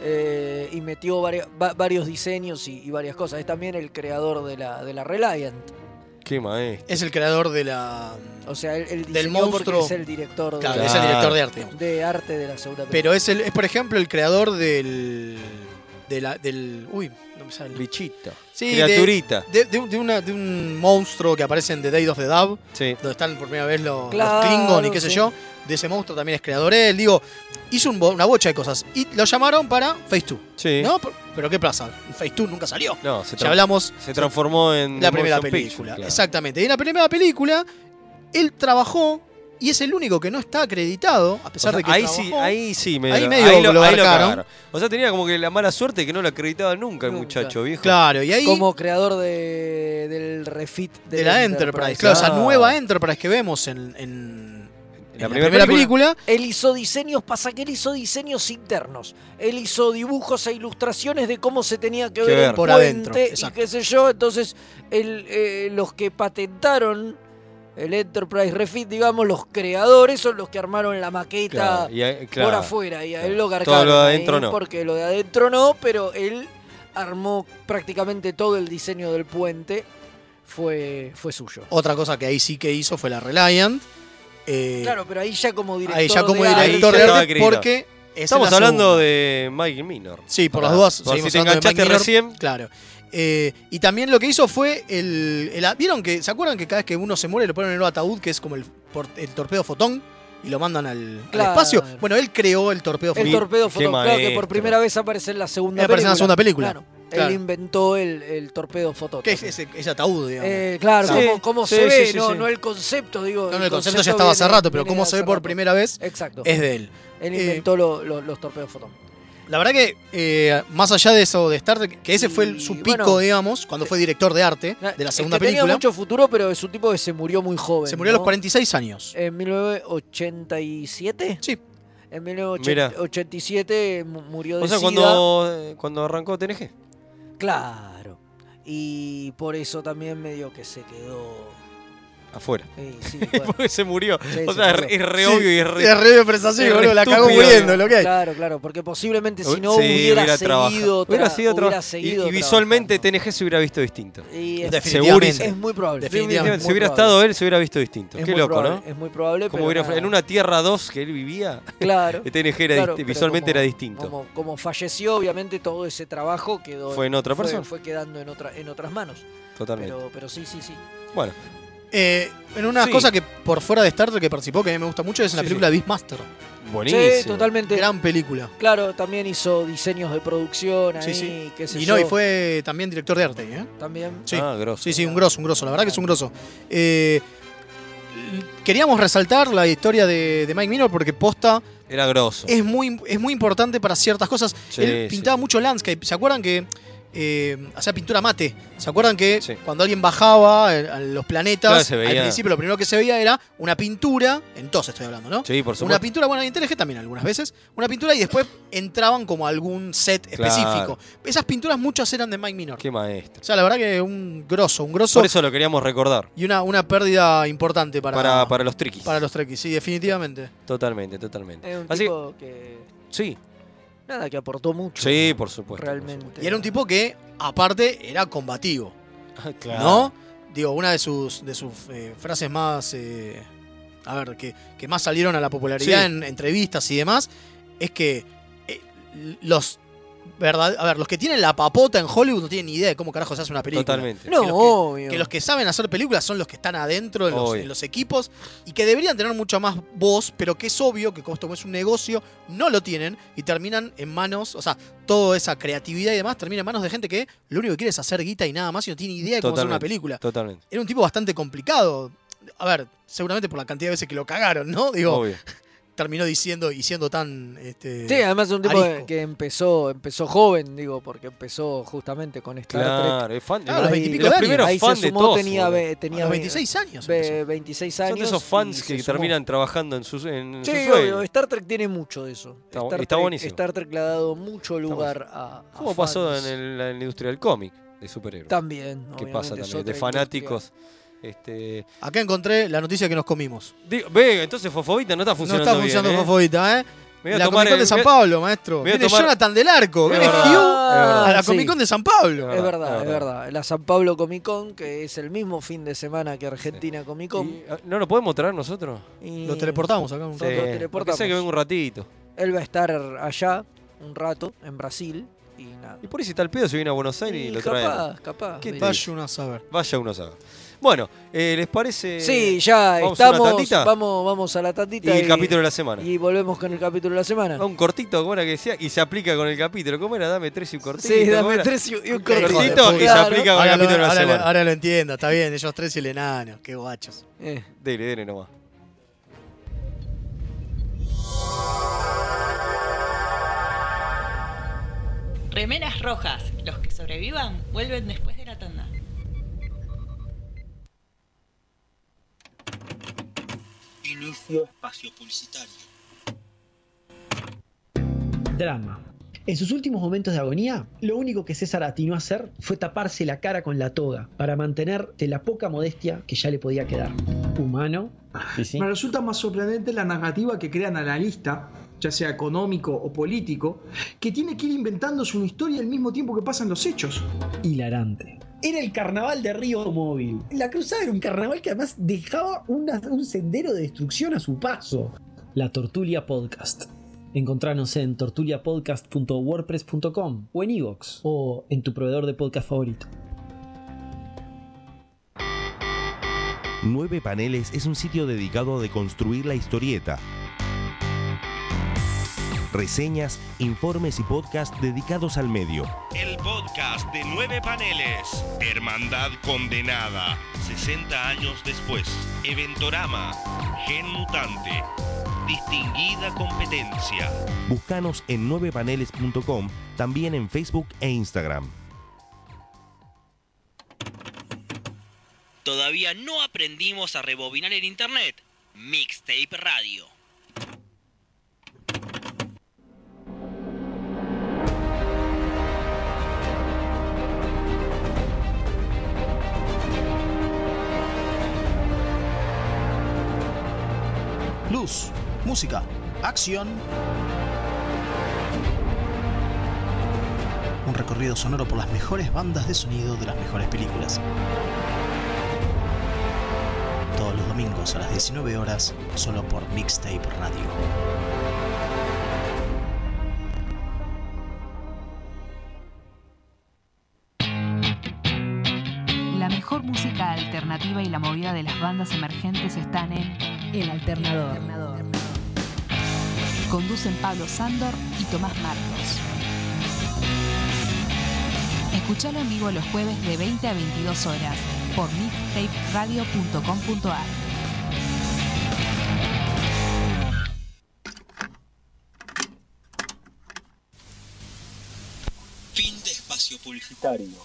Eh, y metió varia- va- varios diseños y, y varias cosas. Es también el creador de la, de la Reliant.
Qué maestro.
Es el creador de la.
O sea, él, él
Del
diseñó porque
monstruo.
es el director de-
Claro,
Claro.
es el director de arte. digamos.
de arte de la segunda película.
Pero es, el, es, por ejemplo, el creador del. de la- del uy, no me sale.
Bichito.
Sí, de,
Criaturita.
de- de un- de una- de un monstruo que aparece en The Day of the Dove,
Sí.
donde están por primera vez los, los
Claro,
Klingon y qué sé
sí.
yo. De ese monstruo también es creador él. Digo, hizo un bo- una bocha de cosas. Y lo llamaron para Phase 2.
Sí.
¿No? Pero- Pero ¿qué pasa? Phase 2 nunca salió.
No, se,
Ya
tra-
hablamos
se transformó en.
la
The
primera
Motion Picture,
película.
claro.
Exactamente. Y en la primera película, él trabajó y es el único que no está acreditado, a
O
pesar
sea,
de que
ahí
trabajó.
sí, ahí sí,
Ahí medio lo abarcaron.
cagaron. O sea, tenía como que la mala suerte que no lo acreditaba nunca el
Nunca.
muchacho, viejo.
Claro, y ahí
Como creador de, del refit
de la Enterprise, claro,
claro.
esa nueva Enterprise que vemos en, en- en la,
primera
primera, película,
Él hizo diseños, pasa que él hizo diseños internos. Él hizo dibujos e ilustraciones de cómo se tenía que
Que
ver,
ver.
el
Por
puente
adentro,
y
exacto.
qué sé yo. Entonces, el, eh, los que patentaron el Enterprise Refit, digamos, los creadores son los que armaron la maqueta
Claro, y ahí- claro.
por afuera. Y a él
claro.
lo
Todo
cargaron.
lo de
ahí,
adentro no.
eh, Porque lo de adentro no, pero él armó prácticamente todo el diseño del puente. Fue, fue suyo.
otra cosa que ahí sí que hizo fue la Reliant. eh,
Claro, pero ahí ya como director.
ahí ya como
de arte,
director
Ahí
de
ya estaba
arte,
acreditado.
porque es
Estamos
la
hablando
segunda.
de Mike Minor.
Sí, por
Para-
las dudas,
por si
seguimos
te
hablando de Mike
enganchaste
Minor.
recién.
Claro. Eh, y también lo que hizo fue el, el- ¿Vieron que. ¿Se acuerdan que cada vez que uno se muere lo ponen en un ataúd que es como el, por- el torpedo fotón? Y lo mandan al, al
Claro.
espacio. Bueno, él creó el torpedo
El
Mi-
fotón.
torpedo
qué
fotón, claro que por
maestro.
primera vez aparece en la segunda
Aparece en
película.
la segunda película.
Claro,
Claro.
Él inventó el, el torpedo fotón.
que es ese, ese ataúd, digamos.
Eh, claro,
Sí,
cómo, cómo
sí,
se
sí,
ve,
sí,
no,
sí.
no el concepto, digo.
No, no, el concepto ya estaba hace
viene-
rato, pero
viene
cómo
de
se ve
hace
por
rato.
primera vez
Exacto.
es de él.
él
eh,
inventó lo- lo- los torpedos fotón.
La verdad que, eh, más allá de eso de Star Trek, que ese fue el-
Y,
su pico,
bueno,
digamos, cuando fue director de arte de la
Es
segunda
que Tenía
película,
mucho futuro, pero es un tipo que se murió muy joven.
se murió a
¿no? Eh,
los 46 años.
En 1987.
Sí.
En
Mira.
1987 mu- murió de
O sea,
sida.
cuando, eh, cuando arrancó TNG.
Claro. Y por eso también medio que se quedó.
Afuera. *laughs*
eh, sí, bueno,
Porque se murió.
Sí,
o
se
sea, es
murió.
re- es re
Sí,
obvio y es re.
Es re depresivo,
es re
boludo, la cagó
estúpido.
muriendo, lo que hay.
claro, claro, porque posiblemente si no
Sí,
hubiera,
trabajado.
seguido, tra-
Hubiera sido
hubiera
traba- y-
seguido
Y, visualmente
trabajando.
TNG se hubiera visto distinto.
Y es,
Definitivamente.
Segurísimo.
es muy probable.
Definitivamente.
Es
Si
muy
hubiera
probable.
estado él, se hubiera visto distinto.
Es
Qué
muy
loco,
probable,
¿no?
Es muy probable.
Como
pero
hubiera-
nada.
en una Tierra 2 que él vivía,
Claro.
TNG era
claro,
dist-
pero
visualmente
como-
era *laughs* distinto.
Como, como falleció, obviamente todo ese trabajo quedó.
Fue en otra persona.
Fue quedando en, otra, en otras manos.
Totalmente.
Pero, pero sí, sí, sí.
Bueno,
Eh, en una
Sí.
cosa que por fuera de Star Trek que participó, que a mí me gusta mucho, es en la
Sí,
película Beastmaster.
Buenísimo.
Sí, totalmente.
Gran película.
Claro, también hizo diseños de producción ahí,
Sí, sí.
qué sé
Y no,
yo,
y fue también director de arte, ¿eh?
También.
Sí.
Ah, grosso.
Sí, sí, un grosso, un grosso. La verdad que es un grosso. Eh, queríamos resaltar la historia de, de Mike Minor porque posta
Era grosso.
es muy, es muy importante para ciertas cosas.
Sí,
Él
sí.
pintaba mucho landscape. ¿Se acuerdan que eh, hacía pintura mate? ¿Se acuerdan que
Sí.
cuando alguien bajaba eh, a los planetas,
Claro, se veía.
al principio lo primero que se veía era una pintura? Entonces estoy hablando, ¿no?
Sí, por
Una
supuesto.
pintura, bueno, y en TNG también algunas veces, una pintura y después entraban como a algún set
Claro.
específico. Esas pinturas muchas eran de Mike Minor.
Qué maestro.
O sea, la verdad que un grosso, un grosso
Por eso lo queríamos recordar.
y una, una pérdida importante para,
Para, para los triquis.
para los Trekkies, sí, definitivamente.
Totalmente, totalmente.
Es un
Así
tipo que.
sí,
Nada, que aportó mucho.
sí, por supuesto. por
Realmente.
Y era un tipo que, aparte, era combativo,
supuesto. Ah, claro.
¿no? Digo, una de sus, de sus eh, frases más, eh, a ver, que, que más salieron a la popularidad
Sí.
en entrevistas y demás, es que eh, los... Verdad, a ver, los que tienen la papota en Hollywood no tienen ni idea de cómo carajo se hace una película.
Totalmente.
No,
que los que-
obvio.
Que los que saben hacer películas son los que están adentro en los,
Obvio.
en los equipos y que deberían tener mucha más voz, pero que es obvio que como esto es un negocio, no lo tienen y terminan en manos, o sea, toda esa creatividad y demás termina en manos de gente que lo único que quiere es hacer guita y nada más y no tiene idea de cómo hacer una
Totalmente.
película.
Totalmente.
Era un tipo bastante complicado. A ver, seguramente por la cantidad de veces que lo cagaron, ¿no? Digo,
Obvio.
terminó diciendo y siendo tan... Este,
Sí, además es un tipo
arisco.
que empezó, empezó joven, digo, porque empezó justamente con Star Trek.
Claro, es fan.
Claro,
de
los
Ahí-
20 y pico
los
de años.
primeros
Ahí
fans
se sumó,
de todos.
tenía,
boludo.
ve-
a
tenía
los
ve-
26 años.
ve-
empezó.
26 años.
Son de esos
y
fans
se
que
sumó.
terminan trabajando en sus en, en
Sí,
su
obvio,
sueño.
Star Trek tiene mucho de eso.
Está bu-
Star,
está
Trek,
buenísimo.
Star Trek le ha dado mucho lugar a, a
Ah, ¿Cómo pasó
fans.
en, el- la industria del cómic de superhéroes?
También,
¿Qué
obviamente,
pasa
es
también?
otra
De fanáticos. Este,
Acá encontré la noticia que nos comimos.
digo, ve, entonces Fofovita no está
No
funcionando
está funcionando
bien, ¿eh?
Fofovita, ¿eh?
Me voy a
la
tomar
Comic Con
el-
de San
me voy a-
Pablo, maestro.
voy a
Viene
tomar-
Jonathan del Arco.
Es
Viene
verdad.
Hugh
Ah,
a la
sí.
Comic Con de San Pablo.
Es verdad,
es
es verdad. La San Pablo Comic Con, que es el mismo fin de semana que Argentina Comic Con.
Y, ah, ¿No lo podemos traer nosotros?
Y
Lo teleportamos acá un
Sí.
rato.
lo
aunque
teleportamos.
sea que venga un ratito.
Él va a estar allá un rato, en Brasil, y nada.
Y por ahí si está el pedo se viene a Buenos Aires y,
Y
lo traemos.
capaz, capaz.
¿Qué
sí.
tal?
Vaya uno a saber.
Vaya uno sabe. Bueno, eh, ¿les parece?
Sí, ya
¿vamos a una
estamos.
tandita?
Vamos, vamos a la
Y
tantita.
el capítulo de la semana.
y volvemos con el capítulo de la semana.
Ah, un cortito, como era que decía, y se aplica con el capítulo. ¿Cómo era? Dame tres y un cortito.
Sí,
¿cómo
dame
era?
tres y y un
Hijo de
cortito.
cortito y se
claro.
aplica con el
Ahora lo,
capítulo de la
ahora lo-
semana.
ahora lo entiendo, está bien. Ellos tres y el enano. Qué guachos.
Eh,
Dele, dele nomás.
Remeras rojas. Los que sobrevivan vuelven después de la tanda.
Inicio espacio publicitario.
Drama. En sus últimos momentos de agonía, lo único que César atinó a hacer fue taparse la cara con la toga para mantener de la poca modestia que ya le podía quedar. Humano.
Me resulta más sorprendente la narrativa que crean analista, ya sea económico o político, que tiene que ir inventándose una historia al mismo tiempo que pasan los hechos.
Hilarante. Era el carnaval de Río Móvil. La cruzada era un carnaval que además dejaba un sendero de destrucción a su paso. La Tortulia Podcast. Encontranos en tortuliapodcast.wordpress.com o en iVoox o en tu proveedor de podcast favorito.
Nueve Paneles es un sitio dedicado a deconstruir la historieta. Reseñas, informes y podcast dedicados al medio. El podcast de Nueve Paneles. Hermandad Condenada. 60 años después. Eventorama. Gen Mutante. Distinguida competencia. Búscanos en 9paneles.com, también en Facebook e Instagram.
Todavía no aprendimos a rebobinar en internet. Mixtape Radio.
Luz, música, acción. Un recorrido sonoro por las mejores bandas de sonido de las mejores películas. Todos los domingos a las 19 horas, solo por Mixtape Radio.
La mejor música alternativa. alternativa y la movida de las bandas emergentes están en El Alternador. Conducen Pablo Sándor y Tomás Marcos. Escuchalo en vivo los jueves de 20 a 22 horas por mixtaperadio.com.ar.
Fin de espacio publicitario.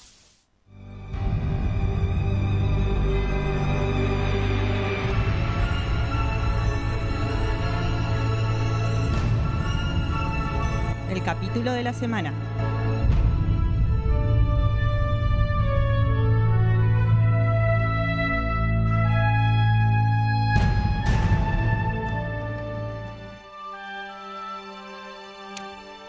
El capítulo de la semana.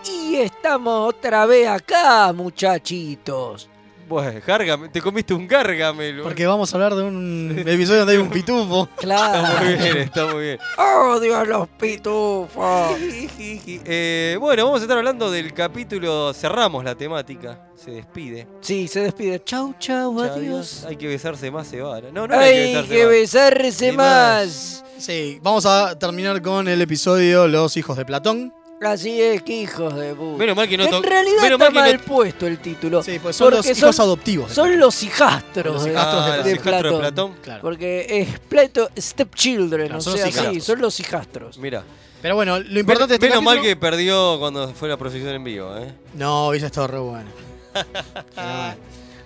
Y estamos otra vez acá, muchachitos.
Bueno, gárgame, te comiste un gárgamelo.
Porque vamos a hablar de un episodio donde hay un pitufo. *laughs*
Está muy bien, está muy bien.
¡Odio a los pitufos!
Eh, bueno, vamos a estar hablando del capítulo. Cerramos la temática. Se despide.
Sí, se despide. Chau, chau,
Ya,
adiós.
Hay que besarse más, se va. No, no hay que
Hay
besarse
que besarse
más. Ni
más.
Sí, vamos a terminar con el episodio Los hijos de Platón.
Así es, que hijos de puta.
Menos mal que no
En
to-
realidad
menos
está
mal que
mal
no-
puesto el título.
Sí, pues son
porque
los hijos adoptivos.
Son los hijastros.
Los
de-
Ah,
hijastros de
de,
Platón. Los hijastros de
Platón.
Platón. Claro.
Porque es Plato Stepchildren,
Claro,
o
son los
sea, sí,
hijastros.
son los hijastros.
Mira.
Pero bueno, lo importante este es
menos mal que perdió cuando fue la procesión en vivo, ¿eh?
No, hubiese estado re bueno. Pero bueno,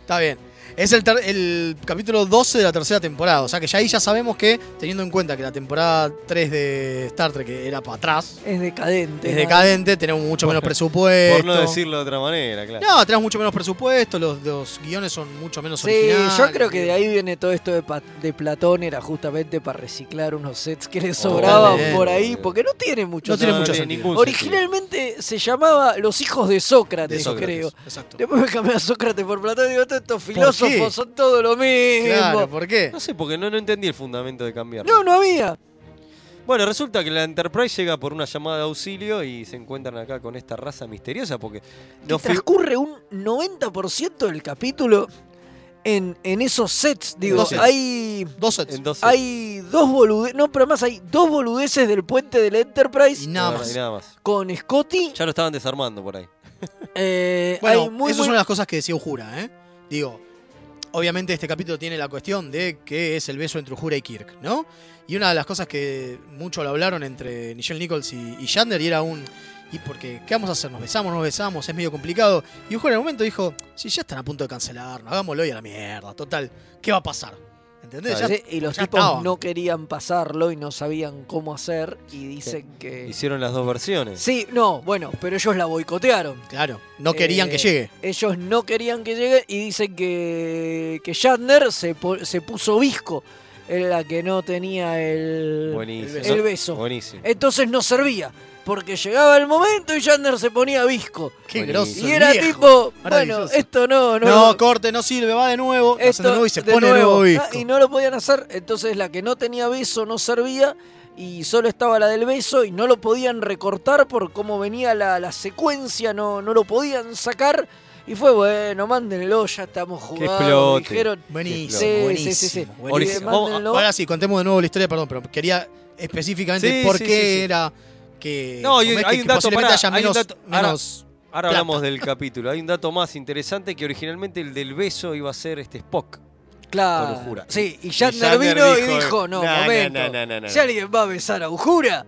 Está bien. Es el, ter- el capítulo 12 de la tercera temporada. O sea que ya ahí ya sabemos que, teniendo en cuenta que la temporada 3 de Star Trek era para atrás,
Es decadente.
es
¿no?
decadente, tenemos mucho menos presupuesto.
Por no decirlo de otra manera, claro.
No, tenemos mucho menos presupuesto, los, los guiones son mucho menos
Sí,
originales.
yo creo que de ahí viene todo esto de, pa- de Platón, era justamente para reciclar unos sets que le
Oh,
sobraban
bien.
por ahí, porque no tiene mucho
No tiene
sentido.
mucho No tiene sentido. ningún
Originalmente se llamaba Los hijos de Sócrates,
De Sócrates,
creo.
exacto.
Después me cambié a Sócrates por Platón y digo, todos estos filósofos son todo lo mismo.
¿por qué?
No sé, porque no, no entendí el fundamento de cambiarlo.
No, no había.
Bueno, resulta que la Enterprise llega por una llamada de auxilio y se encuentran acá con esta raza misteriosa porque no fi-
Transcurre un 90% del capítulo en, en esos sets. Digo,
Dos sets.
hay.
Dos sets.
En dos sets.
Hay dos boludeces. No, pero más hay dos boludeces del puente del Enterprise.
No, y nada más.
Con Scotty.
Ya lo estaban desarmando por ahí.
Eh,
Bueno,
hay muy
eso es
buen- *laughs*
una de las cosas que decía Ujura, ¿eh? Digo, obviamente este capítulo tiene la cuestión de qué es el beso entre Ujura y Kirk, ¿no? Y una de las cosas que mucho lo hablaron entre Nichelle Nichols y, y Yander y era un... ¿Y porque ¿Qué vamos a hacer? ¿Nos besamos? ¿Nos besamos? Es medio complicado. Y Ujura en el momento dijo, sí, ya están a punto de cancelarnos, hagámoslo y a la mierda, total. ¿Qué va a pasar? ¿Entendés? Ya-
Sí, y los
ya
tipos
estaba.
no querían pasarlo y no sabían cómo hacer y dicen que...
Hicieron las dos versiones.
Eh. Sí, no, bueno, pero ellos la boicotearon. Eh,
Claro, no querían que llegue.
Ellos no querían que llegue y dicen que, que Shatner se, po- se puso visco en la que no tenía el,
Buenísimo.
el beso.
Buenísimo.
Entonces no servía, porque llegaba el momento y Shatner se ponía visco.
Qué
groso
grosso,
Y era
viejo.
tipo, bueno,
Maravilloso.
esto no, no,
No, corte, no sirve, va de nuevo.
Eh,
lo hacen de nuevo y se
de
pone de
nuevo,
nuevo,
ah,
visco.
Y no lo podían hacer, entonces la que no tenía beso no servía y solo estaba la del beso y no lo podían recortar por cómo venía la, la secuencia, no, no lo podían sacar. Y fue bueno, mándenlo, ya estamos jugando.
explote.
Dijeron.
Buenísimo,
Sí, sí,
buenísimo.
sí, sí.
buenísimo. Oh,
Y mándenlo.
Ahora sí, contemos de nuevo la historia, perdón, pero quería específicamente
Sí,
por
sí,
qué
sí, sí.
era que.
No, y
comer-
hay
que
un dato pará,
posiblemente haya
hay un
menos-
dato-
menos
Ahora
plata.
hablamos del capítulo. Hay un dato más interesante que originalmente el del beso iba a ser este Spock.
Claro.
Con Uhura.
Sí, y
Y
Shatner
Shatner
vino y
dijo,
dijo: No,
"No, no,
momento.
no, no, no, no".
Si alguien va a besar a Ujura,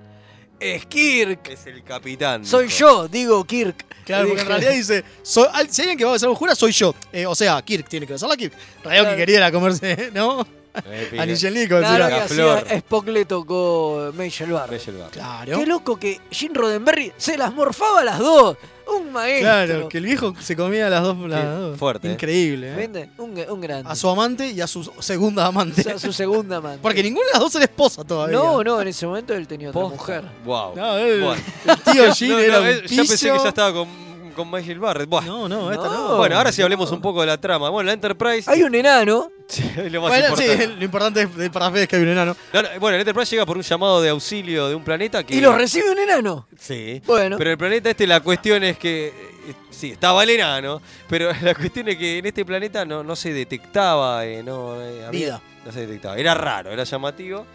es Kirk.
Es el capitán.
Soy
dijo.
yo, digo Kirk.
Claro, porque
Dije-
en realidad dice: soy, al- si alguien que va a besar a un jura soy yo. Eh, o sea, Kirk tiene que besarla Kirk. En realidad lo que quería era comerse, *laughs* ¿no?
Eh,
A Nichelle Nichols.
Claro,
era.
que hacía, a Spock le tocó Michel Barr.
Claro.
Qué loco que Jim Roddenberry se las morfaba a las dos. Un maestro.
Claro, que el viejo se comía las dos. las dos.
fuerte, eh.
Increíble, ¿eh?
¿Viste? Un, un grande.
A su amante y a su segunda amante.
O sea, su segunda mano.
*laughs* Porque ninguna de las dos era esposa todavía.
No, no, en ese momento él tenía otra
Posta.
mujer.
Wow.
No, eh,
Bueno.
el tío Gene
No, no,
era un
eh, Ya pensé que
pillo.
ya estaba con, con Michael Barrett. Buah.
No, no, esta
No.
no.
Bueno, ahora sí hablemos un poco de la trama. Bueno, la Enterprise.
Hay un enano.
Sí, *laughs* es lo más
Bueno, sí,
importante.
lo importante es- de- para Fede es que hay un enano.
No, no, bueno, el Enterprise llega por un llamado de auxilio de un planeta que.
Y lo recibe un enano.
Sí.
Bueno.
Pero el planeta este, la cuestión es que eh, sí, estaba el enano, pero *laughs* la cuestión es que en este planeta no, no se detectaba, eh, no, eh, había-
Vida.
no se detectaba, era raro, era llamativo.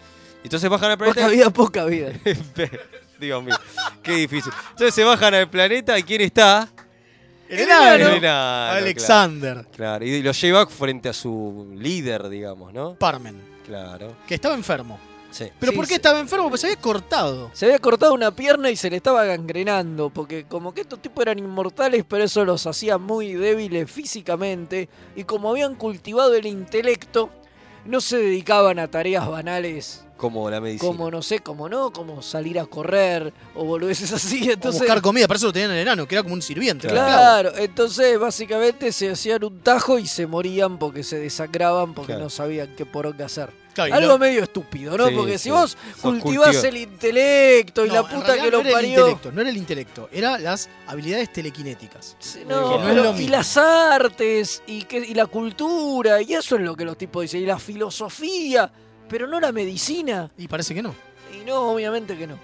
Entonces bajan al planeta.
Poca
*laughs*
vida, poca vida.
Dios mío, qué difícil. Entonces se bajan al planeta y ¿quién está?
El enano.
El enano,
Alexander.
Claro. Claro, y lo lleva frente a su líder, digamos, ¿no?
Parmen.
Claro.
Que estaba enfermo.
Sí.
¿Pero
Sí,
por qué
sí.
estaba enfermo? Pues se había cortado.
Se había cortado una pierna y se le estaba gangrenando, porque como que estos tipos eran inmortales, pero eso los hacía muy débiles físicamente, y como habían cultivado el intelecto, no se dedicaban a tareas banales,
Como la medicina.
como no sé, como no, como salir a correr o boludeces *laughs* así,
O
entonces...
buscar comida, para eso lo tenían el enano, que era como un sirviente. un esclavo.
Claro, entonces básicamente se hacían un tajo y se morían porque se desacraban porque
Claro.
no sabían qué poronga hacer.
Claro, y
Algo
no-
medio estúpido, ¿no?
Sí,
porque
sí.
si vos
Sos
cultivás
cultiva-
el intelecto y
No,
la
en
puta
realidad
que lo
no era el
parió.
intelecto, no era el intelecto, era las habilidades telequinéticas.
No,
Que no es
pero-
lo
y
mismo.
las artes y, que, y la cultura, y eso es lo que los tipos dicen, y la filosofía, pero no la medicina.
Y parece que no.
Y no, obviamente que no.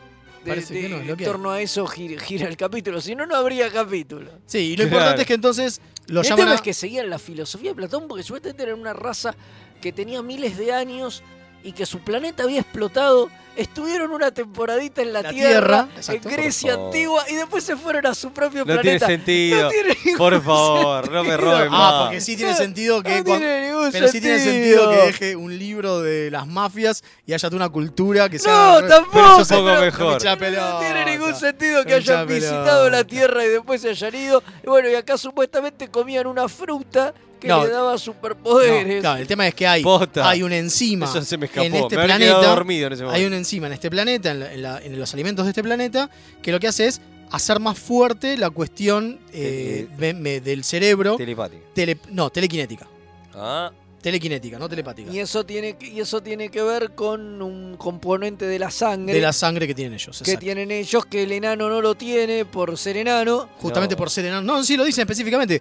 De-
Parece que
de-
no, es lo que
en torno a eso gira, gira el capítulo, si no, no habría capítulo.
Sí, y lo
Claro.
importante es que entonces lo
el
llaman
tema
a-
es que seguían la filosofía de Platón porque supuestamente eran una raza que tenía miles de años y que su planeta había explotado. Estuvieron una temporadita en la,
La
Tierra,
Tierra, exacto.
en Grecia
Por favor.
antigua, y después se fueron a su propio
No tiene
planeta.
sentido.
No tiene ningún
Por favor, no me
sentido.
roben más.
Ah, porque sí tiene sentido que
No
cuan-
tiene ningún
Pero sí tiene
sentido.
sentido que deje un libro de las mafias y haya toda una cultura que sea
No,
re-
tampoco,
Pero eso
Un poco
pero-
No me
mejor.
echa
No tiene
pelota.
ningún sentido que
No
hayan
hincha pelota.
visitado la Tierra y después se hayan ido. Y bueno, y acá supuestamente comían una fruta que
No.
le daba
No,
superpoderes.
claro, el tema es que hay,
Posta.
hay una enzima
Eso se me escapó.
en este
Me habría quedado
planeta.
dormido en ese momento.
Hay una enzima en este planeta, en, la- en la- en los alimentos de este planeta, que lo que hace es hacer más fuerte la cuestión eh,
Eh,
me- me- del cerebro.
Telepático.
tele- no, telequinética.
Ah,
Telequinética, no telepática.
Y eso tiene que- y eso tiene que ver con un componente de la sangre
De la sangre que tienen ellos.
que
exacto.
tienen ellos que el enano no lo tiene por ser enano.
Justamente
No.
por ser enano. No, sí, lo dicen específicamente.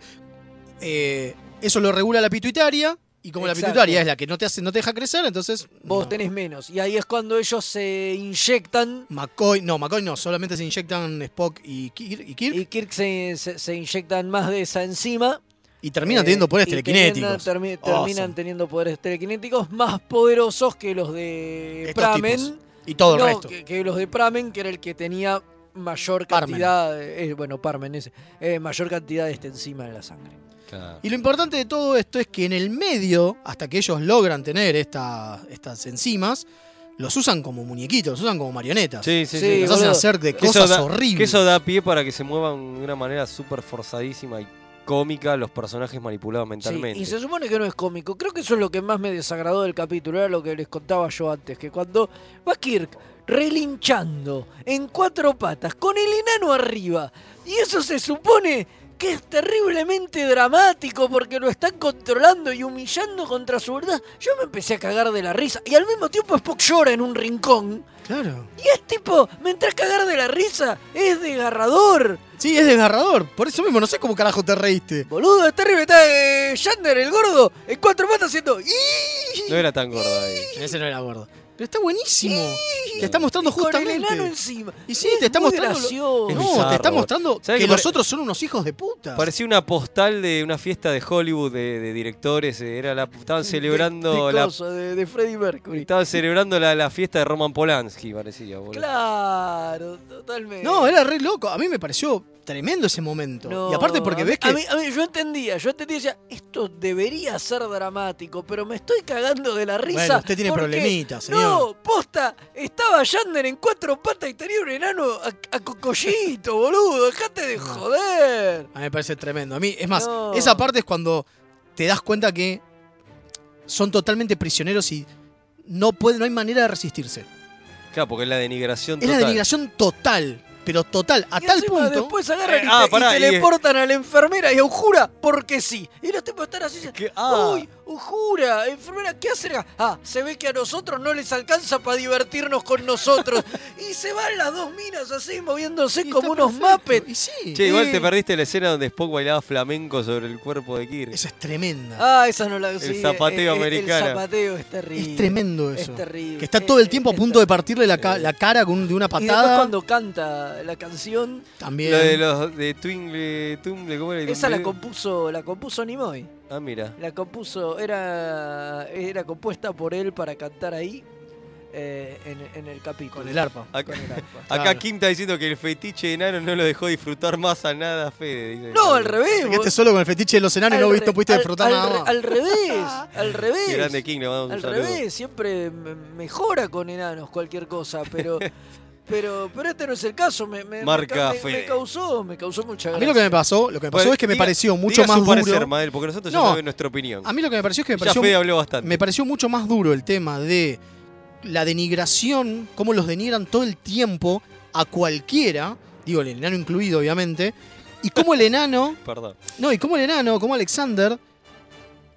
Eh, eso lo regula la pituitaria. Y como la
Exacto.
pituitaria es la que no te, hace, no te deja crecer, entonces.
Vos
no.
tenés menos. Y ahí es cuando ellos se inyectan
McCoy, no, McCoy no, solamente se inyectan Spock y Kirk y, Kirk,
y Kirk se, se- se inyectan más de esa enzima.
y terminan
eh,
teniendo poderes
y
telequinéticos.
terminan- termi-
Awesome.
Terminan teniendo poderes telequinéticos más poderosos que los de
Estos
Pramen.
tipos. y todo el
No,
resto.
Que, que los de Pramen, que era el que tenía mayor
Parmen.
cantidad, eh, bueno, Parmen ese, eh, mayor cantidad de esta enzima en la sangre.
claro.
Y lo importante de todo esto es que en el medio, hasta que ellos logran tener esta- estas enzimas, los usan como muñequitos, los usan como marionetas.
Sí, sí, sí.
Sí,
los hacen
boludo.
hacer de
Que eso
cosas
da-
horribles.
Que eso da pie para que se muevan de una manera súper forzadísima y cómica los personajes manipulados
Sí,
mentalmente.
y se supone que no es cómico. Creo que eso es lo que más me desagradó del capítulo. Era lo que les contaba yo antes. Que cuando va Kirk relinchando en cuatro patas con el enano arriba. Y eso se supone que es terriblemente dramático porque lo están controlando y humillando contra su verdad. Yo me empecé a cagar de la risa. Y al mismo tiempo Spock llora en un rincón.
Claro.
Y es tipo, me entré a cagar de la risa. Es desgarrador.
Sí, es desgarrador. Por eso mismo, no sé cómo carajo te reíste.
Boludo, es terrible. Está eh, Yander, el gordo, en cuatro patas haciendo... "Ih".
No era tan gorda ahí.
Ese no era gordo. Pero está buenísimo. Te está mostrando justamente.
Con el enano encima.
Y sí, te está
muy
mostrando. lo-
gracioso.
Es
No,
bizarro,
te está
boludo.
mostrando que,
¿Sabes que
los
pare-
otros son unos hijos de puta.
Parecía una postal de una fiesta de Hollywood de, de directores. eh, Era la, estaban celebrando
de, de,
la.
coso, de, de Freddie Mercury.
Estaban celebrando la, la fiesta de Roman Polanski, parecía, boludo.
Claro, totalmente.
No, era re loco. A mí me pareció tremendo ese momento.
No,
y aparte porque
a mí-
ves que.
A mí, a mí- yo entendía, yo entendía, decía, esto debería ser dramático, pero me estoy cagando de la risa.
Bueno, usted tiene
porque-
problemitas, señor.
No, posta, estaba Yander en cuatro patas y tenía un enano a, a cocollito, boludo, dejate de joder.
A mí me parece tremendo. A mí, es más,
No.
esa parte es cuando te das cuenta que son totalmente prisioneros y no, puede, no hay manera de resistirse.
Claro, porque es la denigración
Es la
total.
denigración total, pero total, a
Y
tal
encima
punto.
Después agarran y,
Eh, ah,
te, y
pará, y-
teleportan a la enfermera y a Jura porque sí. Y los tipos están así.
ah.
Uy, Jura, enfermera, ¿qué hacen acá? Ah, se ve que a nosotros no les alcanza para divertirnos con
*laughs*
nosotros. y se van las dos minas así, moviéndose como unos Muppets.
Che, igual
Y-
te perdiste la escena donde Spock bailaba flamenco sobre el cuerpo de Kirk.
Esa es tremenda.
Ah, esa no la sí,
El zapateo
el- el-
americano.
El zapateo es terrible.
Es tremendo eso.
Es terrible.
Que está todo el tiempo a punto de partirle la, ca- la cara con un- de una
Y después
patada.
cuando canta la canción,
También.
Lo de los de Twingle, Tumble, ¿cómo era?
esa la
Tumble-
compuso, la compuso Nimoy.
Ah, mira.
La compuso, era, era compuesta por él para cantar ahí eh, en, en el capítulo.
Con el arpa.
Acá,
Con el arpa.
acá
Claro.
Kim está diciendo que el fetiche enano no lo dejó disfrutar más a nada, Fede. dice.
No, al revés.
Fíjate solo con el fetiche de los enanos Este y no
Al
viste,
re-
pudiste
al-
disfrutar
al
nada
re-
más.
Al revés, al revés.
Qué grande King, le mandamos un
Al
saludo.
revés, siempre me- mejora con enanos cualquier cosa,
*laughs*
pero pero pero este no es el caso, me, me- me
Marca
ca- me-
Fede.
me causó, me causó mucha
A
gracia.
mí lo que me pasó, lo que me pasó
Pues,
es que me
diga-
pareció
diga
mucho
su
más
parecer,
duro.
Mael, porque nosotros ya
No,
sabemos nuestra opinión.
A mí lo que me pareció es que me
Ya
pareció,
Fede habló bastante.
me pareció mucho más duro el tema de la denigración, cómo los denigran todo el tiempo a cualquiera, digo el enano incluido obviamente, y cómo el enano
Perdón.
No, y como el enano, como Alexander,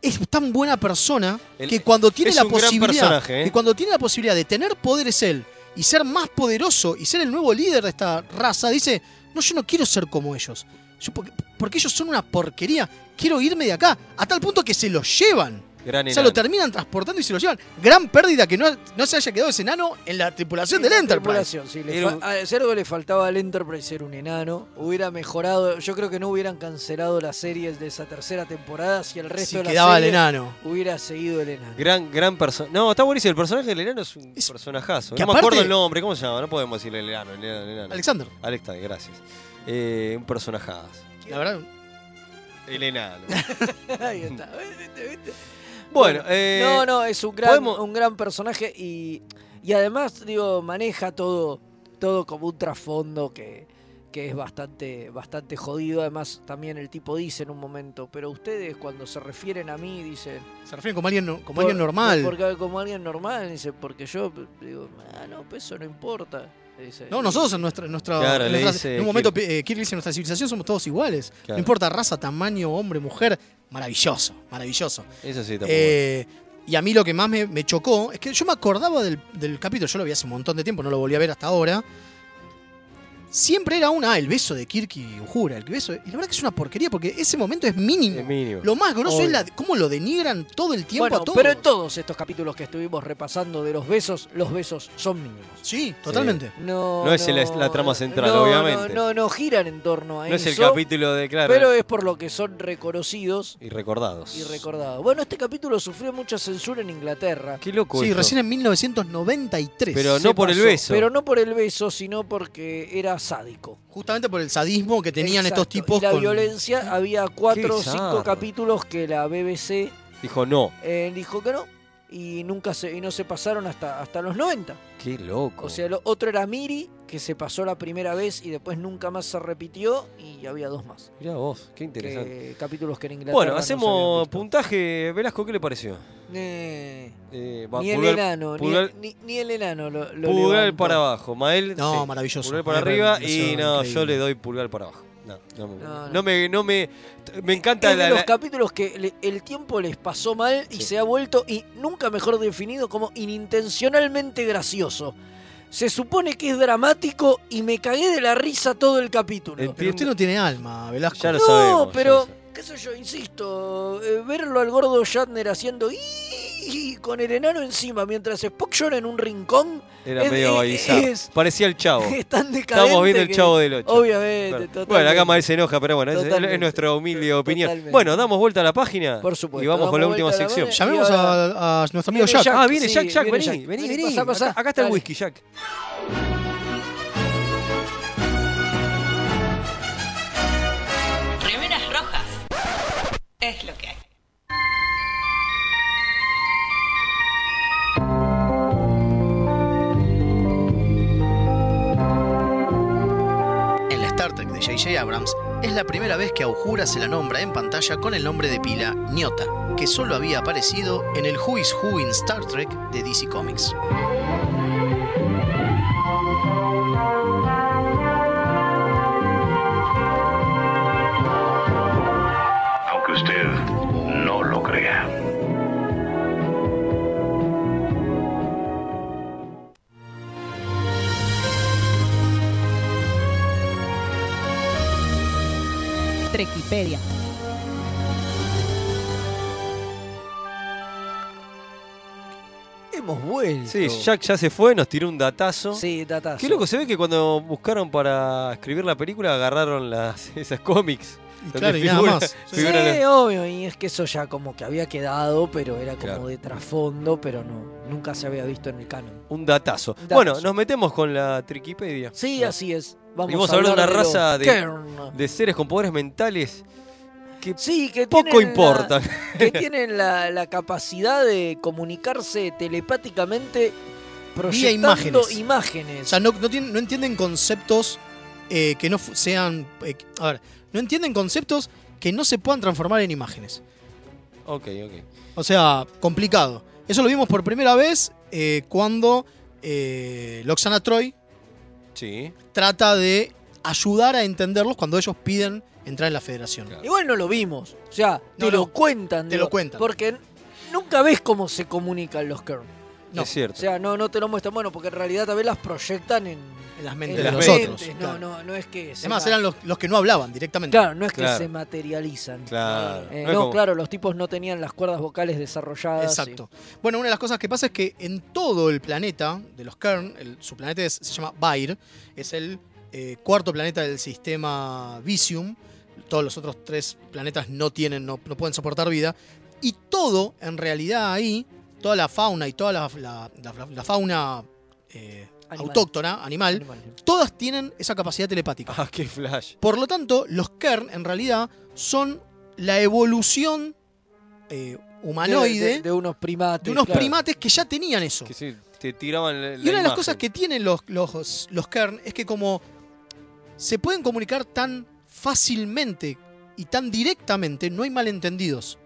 es tan buena persona
El-
que cuando tiene
es
la
un gran
posibilidad.
personaje, ¿eh?
que cuando tiene la posibilidad de tener poderes él y ser más poderoso y ser el nuevo líder de esta raza, dice: No, yo no quiero ser como ellos. Yo porque, porque ellos son una porquería. Quiero irme de acá. A tal punto que se los llevan.
Gran
o sea,
enano.
lo terminan transportando y se los llevan. Gran pérdida que no, no se haya quedado ese enano en la tripulación del Enterprise.
Tripulación, sí, le fa- a- si algo le faltaba al Enterprise ser un enano, hubiera mejorado, yo creo que no hubieran cancelado las series de esa tercera temporada si el resto
Si
de la
quedaba el
serie
enano.
hubiera seguido el enano.
Gran, gran persona. No, está buenísimo. El personaje del enano es un personajazo.
que
No me
aparte-
acuerdo el nombre, ¿cómo se llama? No podemos decirle el enano, el enano, el enano.
Alexander.
Alexander, gracias. Eh, un personajazo.
La verdad.
El enano.
*laughs* Ahí está. ¿Viste? ¿Viste?
*laughs* Bueno, eh,
no, no, es un gran,
podemos-
un gran personaje y, y además, digo, maneja todo, todo como un trasfondo que, que es bastante, bastante jodido. Además, también el tipo dice en un momento, pero ustedes cuando se refieren a mí dicen...
Se refieren como alguien, no- como
"Por-
alguien normal.
Porque, como alguien normal, dice, porque yo, digo, ah, no, pues eso no importa. dice.
No, nosotros en nuestra, en nuestra,
Claro,
en
le
nuestra-
dice
en un momento pi- eh, Kirk dice nuestra civilización somos todos iguales. No
Claro.
importa raza, tamaño, hombre, mujer. Maravilloso, maravilloso.
Eso sí, está muy
Eh, y a mí lo que más me, me chocó es que yo me acordaba del, del capítulo, yo lo vi hace un montón de tiempo, no lo volví a ver hasta ahora. Siempre era una, ah, el beso de Kirk y Uhura, el beso. de-". Y la verdad que es una porquería porque ese momento es mínimo.
Es mínimo.
Lo más grosso
Obvio.
es la, cómo lo denigran todo el tiempo
Bueno,
a todos.
pero en todos estos capítulos que estuvimos repasando de los besos, los besos son mínimos.
Sí, totalmente.
No,
No es el- la trama central,
no,
obviamente.
No, no, no giran en torno a
No es
eso.
el capítulo de claro. eh,
Pero es por lo que son reconocidos
Y recordados.
y recordados. Bueno, este capítulo sufrió mucha censura en Inglaterra.
Qué loco.
Sí,
esto.
recién en 1993.
Pero
Se
no por el
pasó,
beso.
Pero no por el beso, sino porque era sádico.
Justamente por el sadismo que tenían
Exacto.
estos tipos
Y la
con-
violencia, había cuatro o
Qué
cinco
bizarro.
capítulos que la BBC
Dijo no.
eh, dijo que no. Y nunca se, y no se pasaron hasta, hasta los 90.
Qué loco.
O sea, el otro era Miri, que se pasó la primera vez y después nunca más se repitió. Y había dos más.
Mirá vos, qué interesante.
que- capítulos que en Inglaterra.
bueno,
no se
hacemos puntaje. Velasco, ¿qué le pareció?
habían- Eh,
Eh, va,
ni el
pulgar-
enano, ni-
pulgar-
ni, ni el enano lo, lo
pulgar
levantó.
para abajo. Mael.
No,
sí.
maravilloso.
Pulgar para
Me
arriba
pareció
y no, yo
increíble.
le doy pulgar para abajo. No, no me,
No, no.
no me, no me, me encanta
Es de
la,
los
la-
capítulos que le- el tiempo les pasó mal y
Sí.
se ha vuelto, y nunca mejor definido, como inintencionalmente gracioso. Se supone que es dramático y me cagué de la risa todo el capítulo.
Entiendo.
Pero usted no tiene alma, Velasco.
Ya lo
no,
sabemos. ya lo
pero,
sabemos.
qué sé yo, insisto, eh, verlo al gordo Shatner haciendo "Ii", con el enano encima mientras Spock llora en un rincón,
Era
es- es-
medio bailizado.
es-
Parecía el
*laughs*
chavo.
es tan decadente.
Estábamos viendo el
que-
chavo del 8.
Obviamente,
Bueno,
totalmente.
acá Mael se enoja, pero bueno, es,
Totalmente.
es nuestra humilde opinión.
Totalmente.
Bueno, damos vuelta a la página
Por supuesto,
y vamos con la
damos
última
vuelta a la
sección.
página.
Llamemos
Y ahora-
a, a nuestro amigo
Viene
Jack.
Jack.
Ah, viene
sí,
Jack, Jack,
viene
vení,
Jack.
vení,
Vení,
vení.
pasá, pasá.
Acá, acá está
Dale.
el whisky, Jack.
Remeras rojas. Es lo que hay.
En la Star Trek de J.J. Abrams es la primera vez que a Uhura se la nombra en pantalla con el nombre de pila Nyota, que solo había aparecido en el Who is Who in Star Trek de DC Comics.
aunque usted no lo crea.
Trequipedia.
Hemos vuelto.
Sí, Jack ya se fue, nos tiró un datazo.
Sí, datazo.
Qué loco, se ve que cuando buscaron para escribir la película agarraron las, *laughs* esas cómics. donde
claro, y nada
figura- *laughs*
más.
Sí,
figuran las-
obvio, y es que eso ya como que había quedado, pero era como de trasfondo, pero no, nunca se había visto en el canon.
Un datazo.
Datazo.
Bueno, nos metemos con la triquipedia.
Sí, así es. Vamos,
Vamos, a hablar de una
los
raza de,
Kern.
de seres con poderes mentales que
Sí, que
poco
tienen la- *laughs*
importan.
que tienen la, la capacidad de comunicarse telepáticamente
Vía
proyectando
imágenes.
imágenes.
O sea, no, no tienen- no entienden conceptos eh, que no fu- sean. eh, a ver, no entienden conceptos que no se puedan transformar en imágenes.
Ok, ok.
O sea, complicado. Eso lo vimos por primera vez eh, cuando eh, Loxana Troy
Sí.
trata de ayudar a entenderlos cuando ellos piden entrar en la federación.
Igual no lo vimos. O sea, te
No,
lo
no.
cuentan.
Te lo cuentan.
Porque nunca ves cómo se comunican los Kern.
No.
Es cierto.
O sea, no, no te lo muestran. Bueno, porque en realidad también las proyectan en,
En las mentes
en
de
las
los
mentes.
otros,
No,
claro.
no, no es que. se
Además,
la-
eran los, los que no hablaban directamente.
Claro, no es que
Claro.
se materializan.
Claro.
Eh, no,
No es como-
claro, los tipos no tenían las cuerdas vocales desarrolladas. Ah, sí.
Exacto. Bueno, una de las cosas que pasa es que en todo el planeta de los Kern, el- su planeta es- se llama Bair, es el eh, cuarto planeta del sistema Visium. Todos los otros tres planetas no tienen, no, no pueden soportar vida. Y todo, en realidad, ahí, toda la fauna y toda la, la- la- la fauna eh,
Animal.
autóctona, animal, todas tienen esa capacidad telepática.
Ah, qué flash.
Por lo tanto, los Kern, en realidad, son la evolución eh, humanoide
De, de- de unos primates.
de unos
claro.
primates que ya tenían eso.
Que sí, te tiraban la,
y una de las cosas que tienen los, los, los Kern es que como se pueden comunicar tan fácilmente y tan directamente, no hay malentendidos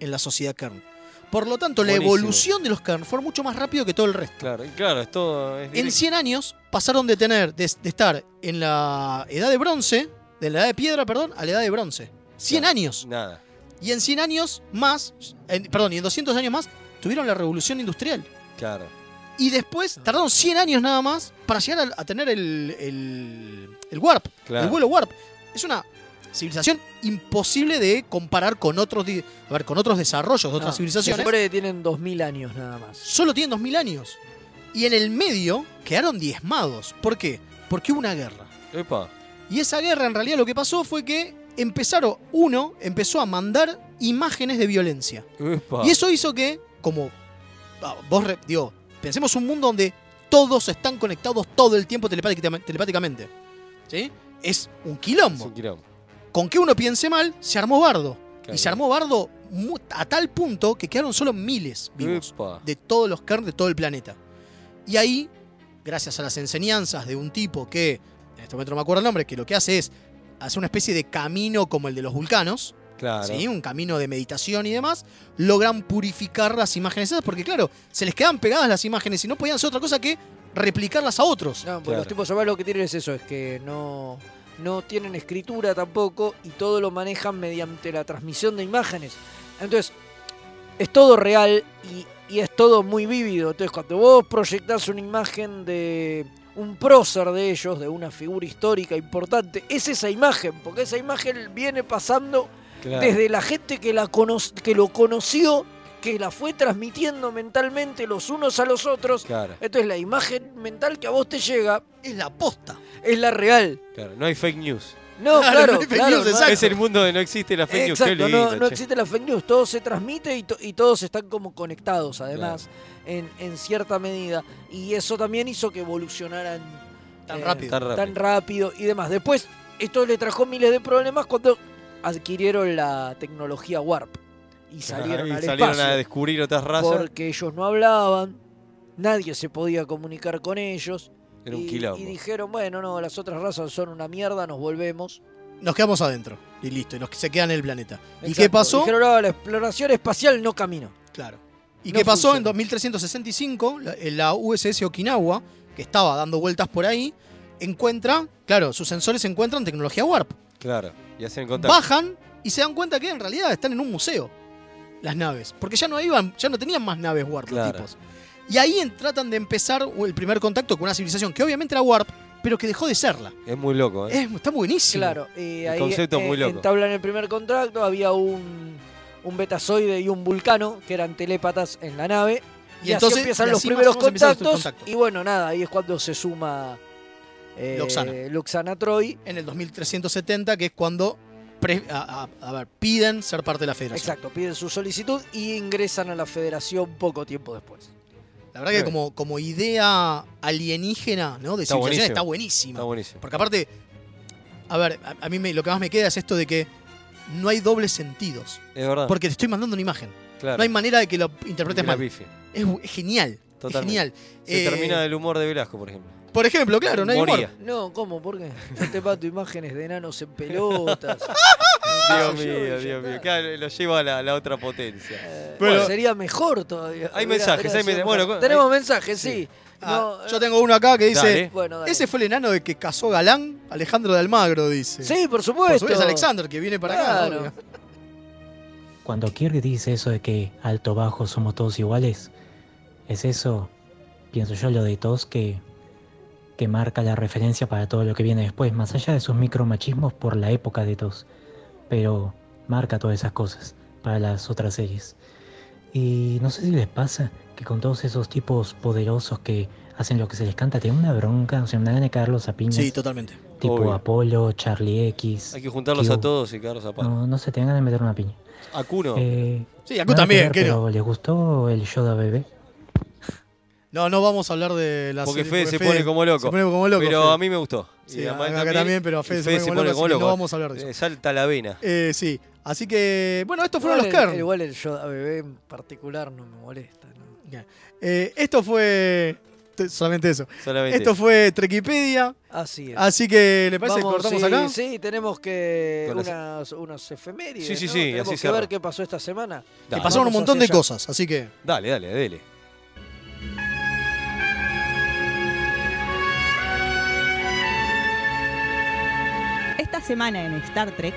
en la sociedad Kern. Por lo tanto, la
Buenísimo.
evolución de los Kern fue mucho más rápido que todo el resto.
Claro, y claro, es todo... es
En
directo.
100 años pasaron de tener de, de estar en la edad de bronce, de la edad de piedra, perdón, a la edad de bronce. 100
Claro.
años.
Nada.
Y en 100 años más, en- perdón, y en 200 años más, tuvieron la revolución industrial.
Claro.
Y después tardaron 100 años nada más para llegar a, a tener el, el, el Warp,
Claro.
el vuelo Warp. Es una civilización imposible de comparar con otros, di- a ver, con otros desarrollos de otras
No,
civilizaciones.
Se supone que tienen 2000 años nada más.
Solo tienen 2000 años. Y en el medio quedaron diezmados. ¿Por qué? Porque hubo una guerra.
Epa.
Y esa guerra en realidad lo que pasó fue que empezaron, uno empezó a mandar imágenes de violencia.
Epa.
Y eso hizo que, como ah, vos, re- digo, pensemos un mundo donde todos están conectados todo el tiempo telepática- telepáticamente. ¿Sí? Es un
Es
quilombo.
un quilombo.
Con que uno piense mal, se armó bardo.
Claro.
Y se armó bardo mu- a tal punto que quedaron solo miles vivos
Epa.
de todos los Kern de todo el planeta. Y ahí, gracias a las enseñanzas de un tipo que, en este momento no me acuerdo el nombre, que lo que hace es hacer una especie de camino como el de los vulcanos,
Claro.
¿sí? un camino de meditación y demás, logran purificar las imágenes esas, porque claro, se les quedan pegadas las imágenes y no podían hacer otra cosa que replicarlas a otros.
No, porque
Claro.
los tipos además lo que tienen es eso, es que no, no tienen escritura tampoco y todo lo manejan mediante la transmisión de imágenes. Entonces, es todo real y, y es todo muy vívido. Entonces, cuando vos proyectás una imagen de un prócer de ellos, de una figura histórica importante, es esa imagen, porque esa imagen viene pasando
Claro.
desde la gente que, la cono- que lo conoció, que la fue transmitiendo mentalmente los unos a los otros.
Claro.
Entonces la imagen mental que a vos te llega
Es la posta.
es la real.
Claro, no hay fake news.
No,
Claro,
claro,
no hay fake
claro,
news,
no hay-
Es el mundo donde no existe la fake news. Qué
Exacto, no,
lindo,
no
che.
existe la fake news, todo se transmite y, to- y todos están como conectados además en, en cierta medida y eso también hizo que evolucionaran eh,
Tan rápido.
Tan rápido.
tan rápido y demás. Después esto le trajo miles de problemas cuando adquirieron la tecnología warp y salieron,
Y
al
salieron
espacio.
a descubrir otras razas.
porque ellos no hablaban, nadie se podía comunicar con ellos.
Era un
y,
quilombo.
y dijeron, bueno, no, las otras razas son una mierda, nos volvemos.
Nos quedamos adentro y listo, y nos, se quedan en el planeta. ¿Y
Exacto.
qué pasó?
Dijeron, no, la exploración espacial no camino.
Claro. ¿Y
No
qué pasó?
funciona.
En 2365, la, en la USS Okinawa, que estaba dando vueltas por ahí, encuentra, claro, sus sensores encuentran tecnología Warp.
Claro. Y hacen contacto.
Bajan y se dan cuenta que en realidad están en un museo las naves, porque ya no iban, ya no tenían más naves Warp los
Claro.
tipos. Y ahí en- tratan de empezar el primer contacto con una civilización que obviamente era Warp, pero que dejó de serla.
Es muy loco, ¿eh?
Es- está buenísimo.
Claro, eh,
El
ahí,
concepto es
eh,
muy loco.
entablan el primer contrato, había un, un betazoide y un vulcano, que eran telépatas en la nave.
Y
Y,
entonces,
así empiezan
y
los
así más
primeros
o menos empiezan los
contactos,
contactos.
Y bueno, nada, ahí es cuando se suma eh,
Luxana.
Luxana Troy.
En el 2370, que es cuando pre- a, a- a ver, piden ser parte de la federación.
Exacto, piden su solicitud y ingresan a la federación poco tiempo después.
La verdad que
Bien.
como, como idea alienígena, ¿no? De
Está
civilización
buenísimo.
está buenísima.
Está buenísimo.
Porque aparte, a ver, a, a mí me- lo que más me queda es esto de que no hay dobles sentidos.
Es verdad.
Porque te estoy mandando una imagen.
Ah. Claro.
No hay manera de que lo interpretes
Que la
mal.
bife.
Es, bu- es genial. es
Totalmente.
genial.
Se
Eh,
termina el humor de Velasco, por ejemplo.
Por ejemplo, claro, no hay humor.
Moría.
No, ¿cómo? ¿Por qué? Yo te pato imágenes de enanos en pelotas.
Ah,
Dios mío, Dios mío. Claro, lo lleva a la, la otra potencia.
Eh, Bueno, sería mejor todavía.
Hay
Hubiera-
mensajes,
hubiera
hay
sido
mensajes.
mejor.
Bueno,
tenemos mensajes, sí.
Ah,
No, eh,
yo tengo uno acá que dice,
Dale.
Bueno, dale.
ese fue el enano de que casó Galán, Alejandro de Almagro, dice.
Sí, por
Por
supuesto.
supuesto, es Alexander, que viene para
Claro.
acá. obvio.
Cuando Kirk dice eso de que alto bajo somos todos iguales, es eso, pienso yo, lo de todos que, que marca la referencia para todo lo que viene después, más allá de sus micromachismos por la época de todos, pero marca todas esas cosas para las otras series. Y no sé si les pasa que con todos esos tipos poderosos que hacen lo que se les canta, tiene una bronca, o sea, una gana de cagarlos a piñas.
Sí, totalmente.
Tipo
Obvio.
Apolo, Charlie X.
Hay que juntarlos a
Q.
todos y cagarlos a palo.
No, no se te dan ganas de meter una piña.
A Cuno.
Eh,
Sí, a
nada
Q
que
también,
ver,
¿qué no?
pero ¿Les gustó el Yoda bebé?
No, no vamos a hablar de la
Porque
serie,
Fede se pone como loco.
Se pone como loco.
Pero
Fede.
a mí me gustó.
Sí,
Y a Mael
acá también, pero a Fede
Y
se pone como loco, así que no vamos a hablar de eso.
Eh, Salta la vena.
Eh, sí, así que, bueno, estos fueron
Igual
los
el-
Kern.
Igual el Yoda bebé en particular no me molesta. ¿no?
Eh, esto fue... te- Solamente eso.
Solamente.
Esto fue Trekipedia.
Así es.
Así que, ¿le Ah, parece
Vamos,
que cortamos
sí,
acá?
Sí, tenemos que
Con las-
unas, unos efemérides.
Sí, sí,
¿no?
sí,
Tenemos
así
que
cierra.
ver qué pasó esta semana.
Que
Dale.
pasaron un
Vamos
montón de
hacia allá.
cosas, así que...
Dale, dale, dele.
Esta semana en Star Trek,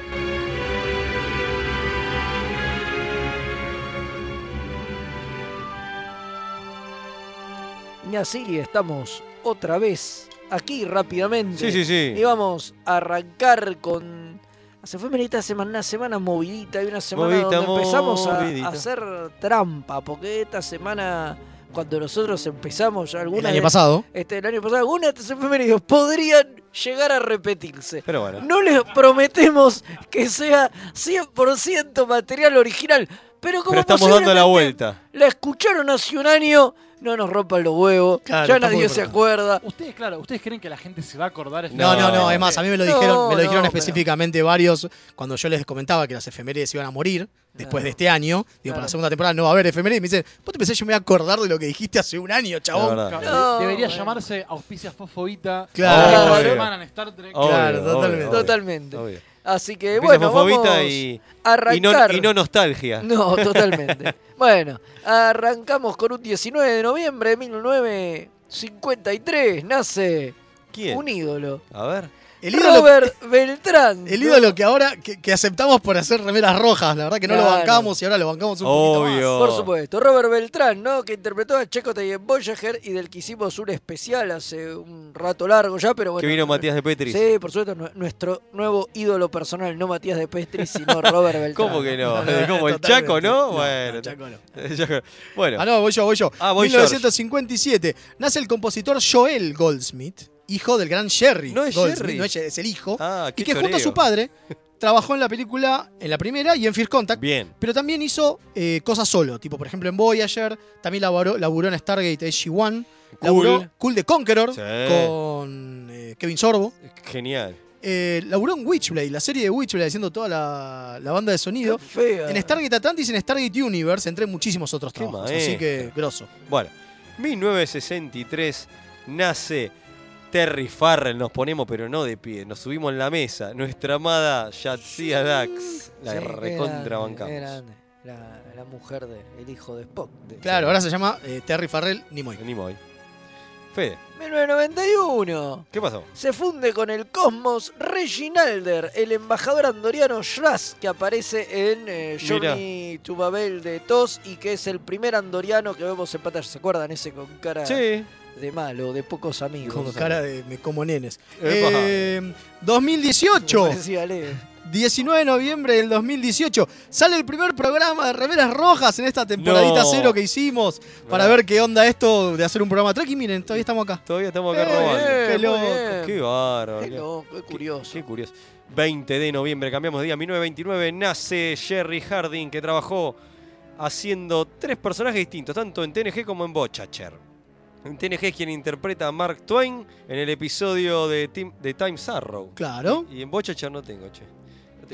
Y así estamos otra vez aquí rápidamente.
Sí, sí, sí.
Y vamos a arrancar con. Se fue esta semana, una semana movidita y una semana
Movidita,
donde empezamos a,
movidita.
a hacer trampa, porque esta semana, cuando nosotros empezamos, ya algunas.
El año
de-
pasado.
Este, el año pasado, algunas de estas efemérides podrían llegar a repetirse.
Pero bueno.
No les prometemos que sea 100% material original, pero como
Pero estamos dando la
posiblemente
vuelta.
la escucharon hace un año, no nos rompan los huevos,
Claro,
ya
está muy
nadie se
importante.
acuerda.
Ustedes, claro, ustedes creen que la gente se va a acordar. este
No, no, no, es más, a mí me lo dijeron, me lo dijeron
no,
específicamente varios cuando yo les comentaba que las efemérides iban a morir después de este año. Digo, para la segunda temporada no va a haber efemérides. Me dicen, ¿vos te pensás que yo me voy a acordar de lo que dijiste hace un año, chabón?
verdad.
No,
Debería
bueno.
llamarse Auspicia Fosfobita.
Ah.
Claro.
Cada
Obvio.
semana en Star Trek.
Obvio,
Claro,
obvio,
totalmente. Eh,
obvio.
Totalmente.
Obvio.
Así que
Empieza
bueno,
Fofobita
vamos
y,
a
y no,
arrancar.
y no nostalgia.
No,
*laughs*
totalmente. bueno, arrancamos con un 19 de noviembre de 1953. Nace
¿Quién?
un ídolo.
A ver.
El ídolo,
Robert Beltrán.
el ídolo que ahora que, que aceptamos por hacer remeras rojas, la verdad que no lo
Claro.
bancamos y ahora lo bancamos
Oh,
un poquito
Obvio.
Por supuesto, Robert Beltrán, ¿no? Que interpretó a Checotay en Voyager y del que hicimos un especial hace un rato largo ya, pero bueno.
que vino Matías de Petris.
Sí, por supuesto, nu- nuestro nuevo ídolo personal, no Matías de Petri,
*laughs*
sino Robert Beltrán.
¿Cómo que no?
*laughs* No, no,
¿Cómo? ¿El
totalmente.
Chaco, no?
No,
Bueno.
no, Chaco
*laughs*
no.
El Chaco. Bueno.
Ah, no, voy yo, voy yo.
Ah, voy
1957. Nace el compositor Joel Goldsmith, hijo del gran Sherry.
No es
Goldsmith,
Jerry.
no es, es el hijo.
Ah, qué
y que junto a
choreo.
su padre trabajó en la película, en la primera y en First Contact.
Bien.
Pero también hizo eh, cosas solo, tipo por ejemplo en Voyager, también laboró, laburó en Stargate SG-1, laburó Cool de Conqueror
Sí.
con eh, Kevin Sorbo,
Genial.
eh, laburó en Witchblade, la serie de Witchblade haciendo toda la, la banda de sonido,
Fea.
en Stargate Atlantis y en Stargate Universe, entre muchísimos otros
Qué
trabajos, así
maestro.
que grosso.
Bueno, 1963 nace Terry Farrell, nos ponemos pero no de pie, nos subimos en la mesa, nuestra amada Yatsia Dax, la
Sí,
recontra
grande,
bancamos.
grande. La, la mujer del hijo de Spock. de-
Claro, ahora se llama eh, Terry Farrell Nimoy.
Venimos hoy. Fede,
1991.
¿qué pasó?
Se funde con el Cosmos Reginalder, el embajador andoriano Shraz, que aparece en eh, Journey to Babel de Tos y que es el primer andoriano que vemos en pantalla. ¿Se acuerdan ese con cara
Sí,
de malo, de pocos amigos.
Con cara de me como nenes.
Epa.
Eh,
*laughs*
2018.
Como decía Ale.
19 de noviembre del 2018 sale el primer programa de Remeras Rojas en esta temporadita
No.
cero que hicimos para ver qué onda esto de hacer un programa trek y miren, todavía estamos acá.
Todavía estamos acá robando.
qué loco.
Qué bárbaro.
Eh, Qué loco, qué curioso.
Qué curioso. 20 de noviembre, cambiamos de día. 1929 nace Jerry Harding, que trabajó haciendo tres personajes distintos, tanto en TNG como en Bochacher. En TNG es quien interpreta a Mark Twain en el episodio de, Tim- de Time Sarrow.
Claro.
Y, y en Bochacher no tengo, che.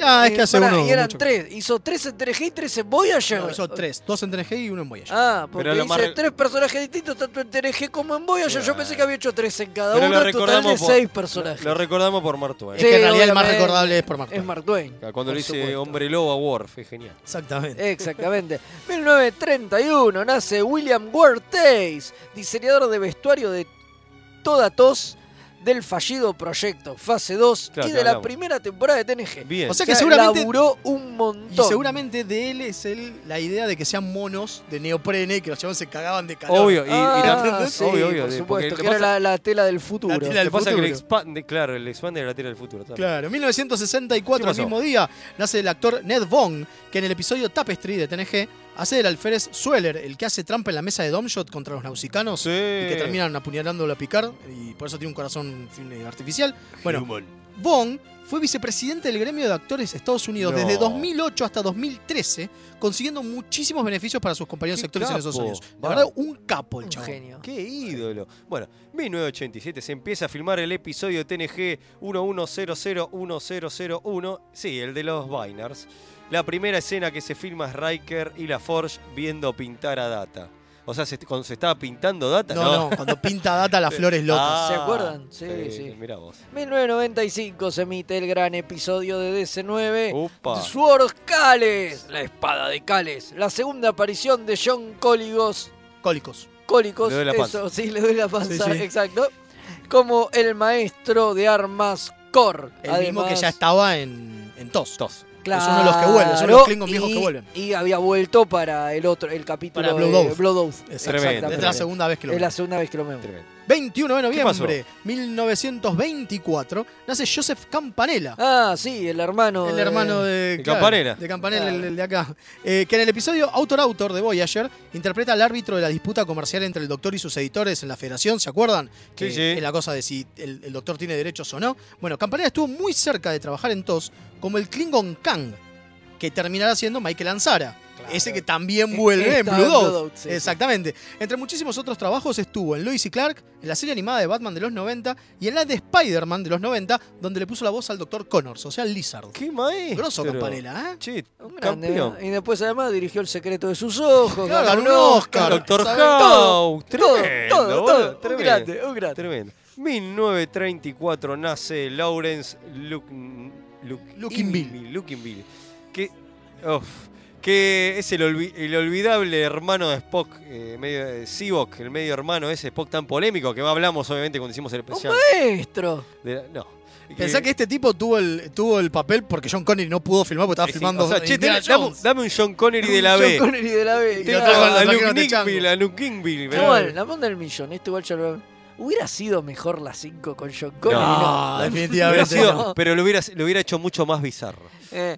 Ah, es que hace
Eh, Pará,
uno.
Y eran
mucho-
tres. Hizo tres en 3G y tres en Voyager.
No, hizo tres, dos en 3G y uno en Voyager.
Ah, porque
Pero lo
hice
más-
tres personajes distintos, tanto en 3G como en Voyager. Yo pensé que había hecho tres en cada
Pero
uno,
lo
un total de
recordamos,
seis
por,
personajes.
lo recordamos por Mark Twain.
Es que en realidad el más
obviamente,
recordable es por Mark Twain.
Es Mark Twain.
Cuando
por
le dice
supuesto.
hombre lobo a Worf, es genial.
Exactamente.
Exactamente. *laughs* 1931 nace William Wertheis, diseñador de vestuario de toda tos del fallido proyecto Fase 2
Claro,
y
que
de la
hablamos.
primera temporada de TNG.
Bien.
O sea que seguramente-
laburó un
Y
montón.
seguramente de él es el- la idea de que sean monos de neoprene y que los chavales se cagaban de calor.
Obvio, y, y la-
Ah, sí,
obvio, obvio,
por
de-
supuesto,
porque
que era la,
pasa-
la tela del futuro.
La tela del
Lo que pasa es que el
futuro.
expande, claro, el expander la tira del futuro. tal.
Claro,
¿Qué
1964, el
pasó?
mismo día, nace el actor Ned Vong, que en el episodio Tapestry de TNG hace del alférez Sueller, el que hace trampa en la mesa de Domshot contra los nausicanos y que terminan apuñalándolo a Picard y por eso tiene un corazón fin- eh, artificial. Bueno, Vong fue vicepresidente del gremio de actores de Estados Unidos
No.
desde 2008 hasta 2013, consiguiendo muchísimos beneficios para sus compañeros
Qué
actores en esos
capo.
años. La
Va.
verdad, un capo el
Un
chavo.
genio.
¡Qué ídolo! Bueno, 1987 se empieza a filmar el episodio de TNG 11001001. Sí, el de los Binars. La primera escena que se filma es Riker y la Forge viendo pintar a Data. O sea, se- cuando se estaba pintando Data,
No,
no.
no, cuando pinta
*laughs*
data las flores locas.
Ah,
¿Se acuerdan? Sí, sí.
Mirá vos.
1995 se emite el gran episodio de DC9.
Upa.
Sword Cales, la espada de Cales. La segunda aparición de John Cóligos.
Ah.
Cólicos.
Cólicos,
Le doy la panza.
eso, sí, le doy la panza,
Sí, sí.
exacto. Como el maestro de armas Cor.
El mismo que ya estaba en, en TOS.
TOS.
Claro,
Es uno de los que vuelve, son los Klingons viejos
y-
que vuelven.
Y había vuelto para el otro, el capítulo
Para Blood
de
Oath.
Blood Oath.
Es tremendo. Es la segunda vez que lo
Es la
vemos.
segunda vez que lo vemos.
21 de
¿Qué pasó?
noviembre 1924 nace Joseph Campanella.
Ah, sí, el hermano.
El
de-
hermano de,
De
claro,
Campanella.
De Campanella,
Ah.
el, el de acá. Eh, que en el episodio Autor-Autor de Voyager interpreta al árbitro de la disputa comercial entre el doctor y sus editores en la federación, ¿se acuerdan? Que
sí.
Es la cosa de si el, el doctor tiene derechos o no. Bueno, Campanella estuvo muy cerca de trabajar en TOS como el Klingon Kang, que terminará siendo Michael Ansara. Ese que también vuelve en
Está
Blue
E- en
Dot.
Blue Dot, sí, sí.
Exactamente. Entre muchísimos otros trabajos estuvo en Lois y Clark, en la serie animada de Batman de los 90 y en la de Spider-Man de los 90, donde le puso la voz al Dr. Connors, o sea, al Lizard.
¡Qué maestro!
Grosso Campanella, ¿eh?
Che,
Un grande,
campeón.
¿no? Y después además dirigió El secreto de sus ojos.
Claro,
ganó
ganó un Oscar.
Doctor
¿saben? Todo,
House,
todo,
tremendo,
todo,
boludo,
todo. Un
tremendo,
grande, un grande.
Tremendo. 1934 nace Lawrence Luke, Luke-
Luckinbill.
Luckinbill, que, uf, que es el, olvi- el olvidable hermano de Spock, eh, medio, eh, Sivok, el medio hermano ese Spock tan polémico que hablamos obviamente cuando hicimos el especial.
Maestro.
de la- no.
Pensá que este tipo tuvo el, tuvo el papel porque John Connery no pudo filmar porque estaba
Sí,
filmando.
o sea, che,
Indiana
tenés- dame, un-
Jones.
dame un John Connery de la
Un
B.
John
Connery de la B.
Tengo
claro.
trajo
a,
la
Luke
sacaron de chango.
Nickbill, a Luke Kingbill.
No, bueno, la manda del millón, esto igual ya lo... Hubiera sido mejor la 5 con John Connery.
No,
Hubiera
definitivamente.
sido-
no.
pero lo hubiera, lo hubiera hecho mucho más bizarro.
Eh,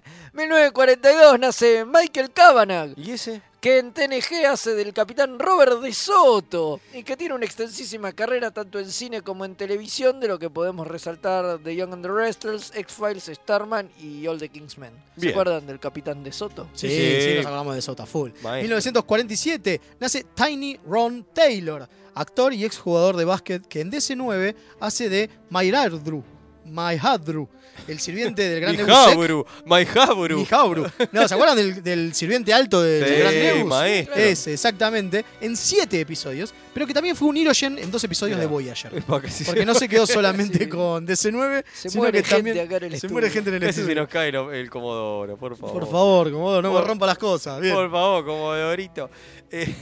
1942 nace Michael Kavanagh,
¿Y ese?
que en TNG hace del capitán Robert de Soto y que tiene una extensísima carrera tanto en cine como en televisión, de lo que podemos resaltar de Young and the Restless, X-Files, Starman y All the Kingsmen. ¿Se
Bien.
acuerdan del capitán de Soto?
Sí,
Sí.
sí, nos hablamos de Sota Full.
Maestro.
1947 nace Tiny Ron Taylor, actor y exjugador de básquet que en DC9 hace de Mairadru. Maihadru, el sirviente del gran
Mi
Neus.
Habru, my Habru.
Mijauru. No, ¿se acuerdan del, del sirviente alto del
Sí,
Gran Neus?
maestro.
Ese, exactamente. En siete episodios, pero que también fue un Hirogen en dos episodios
*laughs*
de Voyager.
Es para que se-
*laughs* Porque no se quedó solamente
Sí.
con DC9,
Se
sino
muere
que
gente
también
acá en el
se
estudio.
muere gente en el
Casi se
estudio.
nos cae lo- el Comodoro, por favor.
Por favor, Comodoro, no
Por-
me rompa las cosas. Bien.
Por favor, Comodorito. Eh,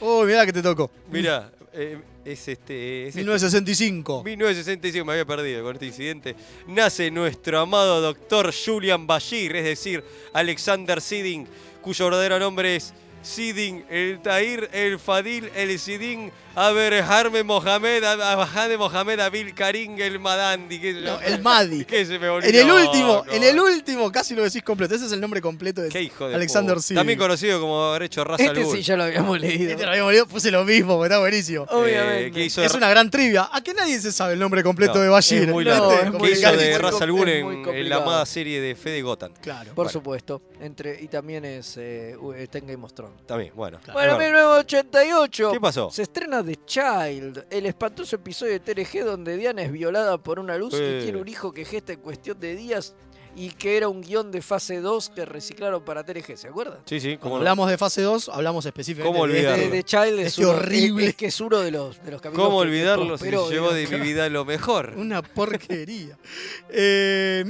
Uy, mirá que te tocó.
mirá, eh, es este. Es este.
1965.
1965, me había perdido con este incidente. Nace nuestro amado doctor Julian Bashir, es decir, Alexander Siding, cuyo verdadero nombre es Sidin, el Tahir, el Fadil, el Sidin, Aberharme Mohamed, Abahade Mohamed, Abil Karim, el Madandi. qué sé yo.
el
*laughs*
Madi.
¿Qué se me
En el
olvidó?
último,
No.
en el último, casi lo decís completo. Ese es el nombre completo de
Qué hijo de
Alexander
puta.
Sidin.
También conocido como haber hecho Raza
Este sí ya lo habíamos leído.
Este lo habíamos leído, puse lo mismo, porque está buenísimo.
Obviamente. Eh, que hizo-
es una gran trivia. ¿A qué nadie se sabe el nombre completo
No,
de Bashir?
Es muy
¿Viste?
largo.
Como
que
que
hizo
casi
de
se-
Ra's al Ghul
es muy
en, en la
complicado.
amada serie de Fede Gotham. Claro.
Por supuesto. Entre, y también es eh, u- está en Game of Thrones.
También, bueno.
Bueno, 1988.
¿Qué pasó?
Se estrena The Child, el espantoso episodio de TNG donde Diana es violada por una luz
Eh.
y tiene un hijo que gesta en cuestión de días y que era un guión de fase 2 que reciclaron para TNG, ¿se acuerdan?
Sí, sí, como
Hablamos de fase 2, hablamos específicamente
¿Cómo
de
olvidarlo?
este-
The Child es,
este
uno-
horrible.
es- es que es uno de los, de los capítulos
¿Cómo
que- que
olvidarlo si
prosperó,
llevó de
digamos.
mi vida lo
*laughs*
mejor?
Una porquería. *laughs* Eh,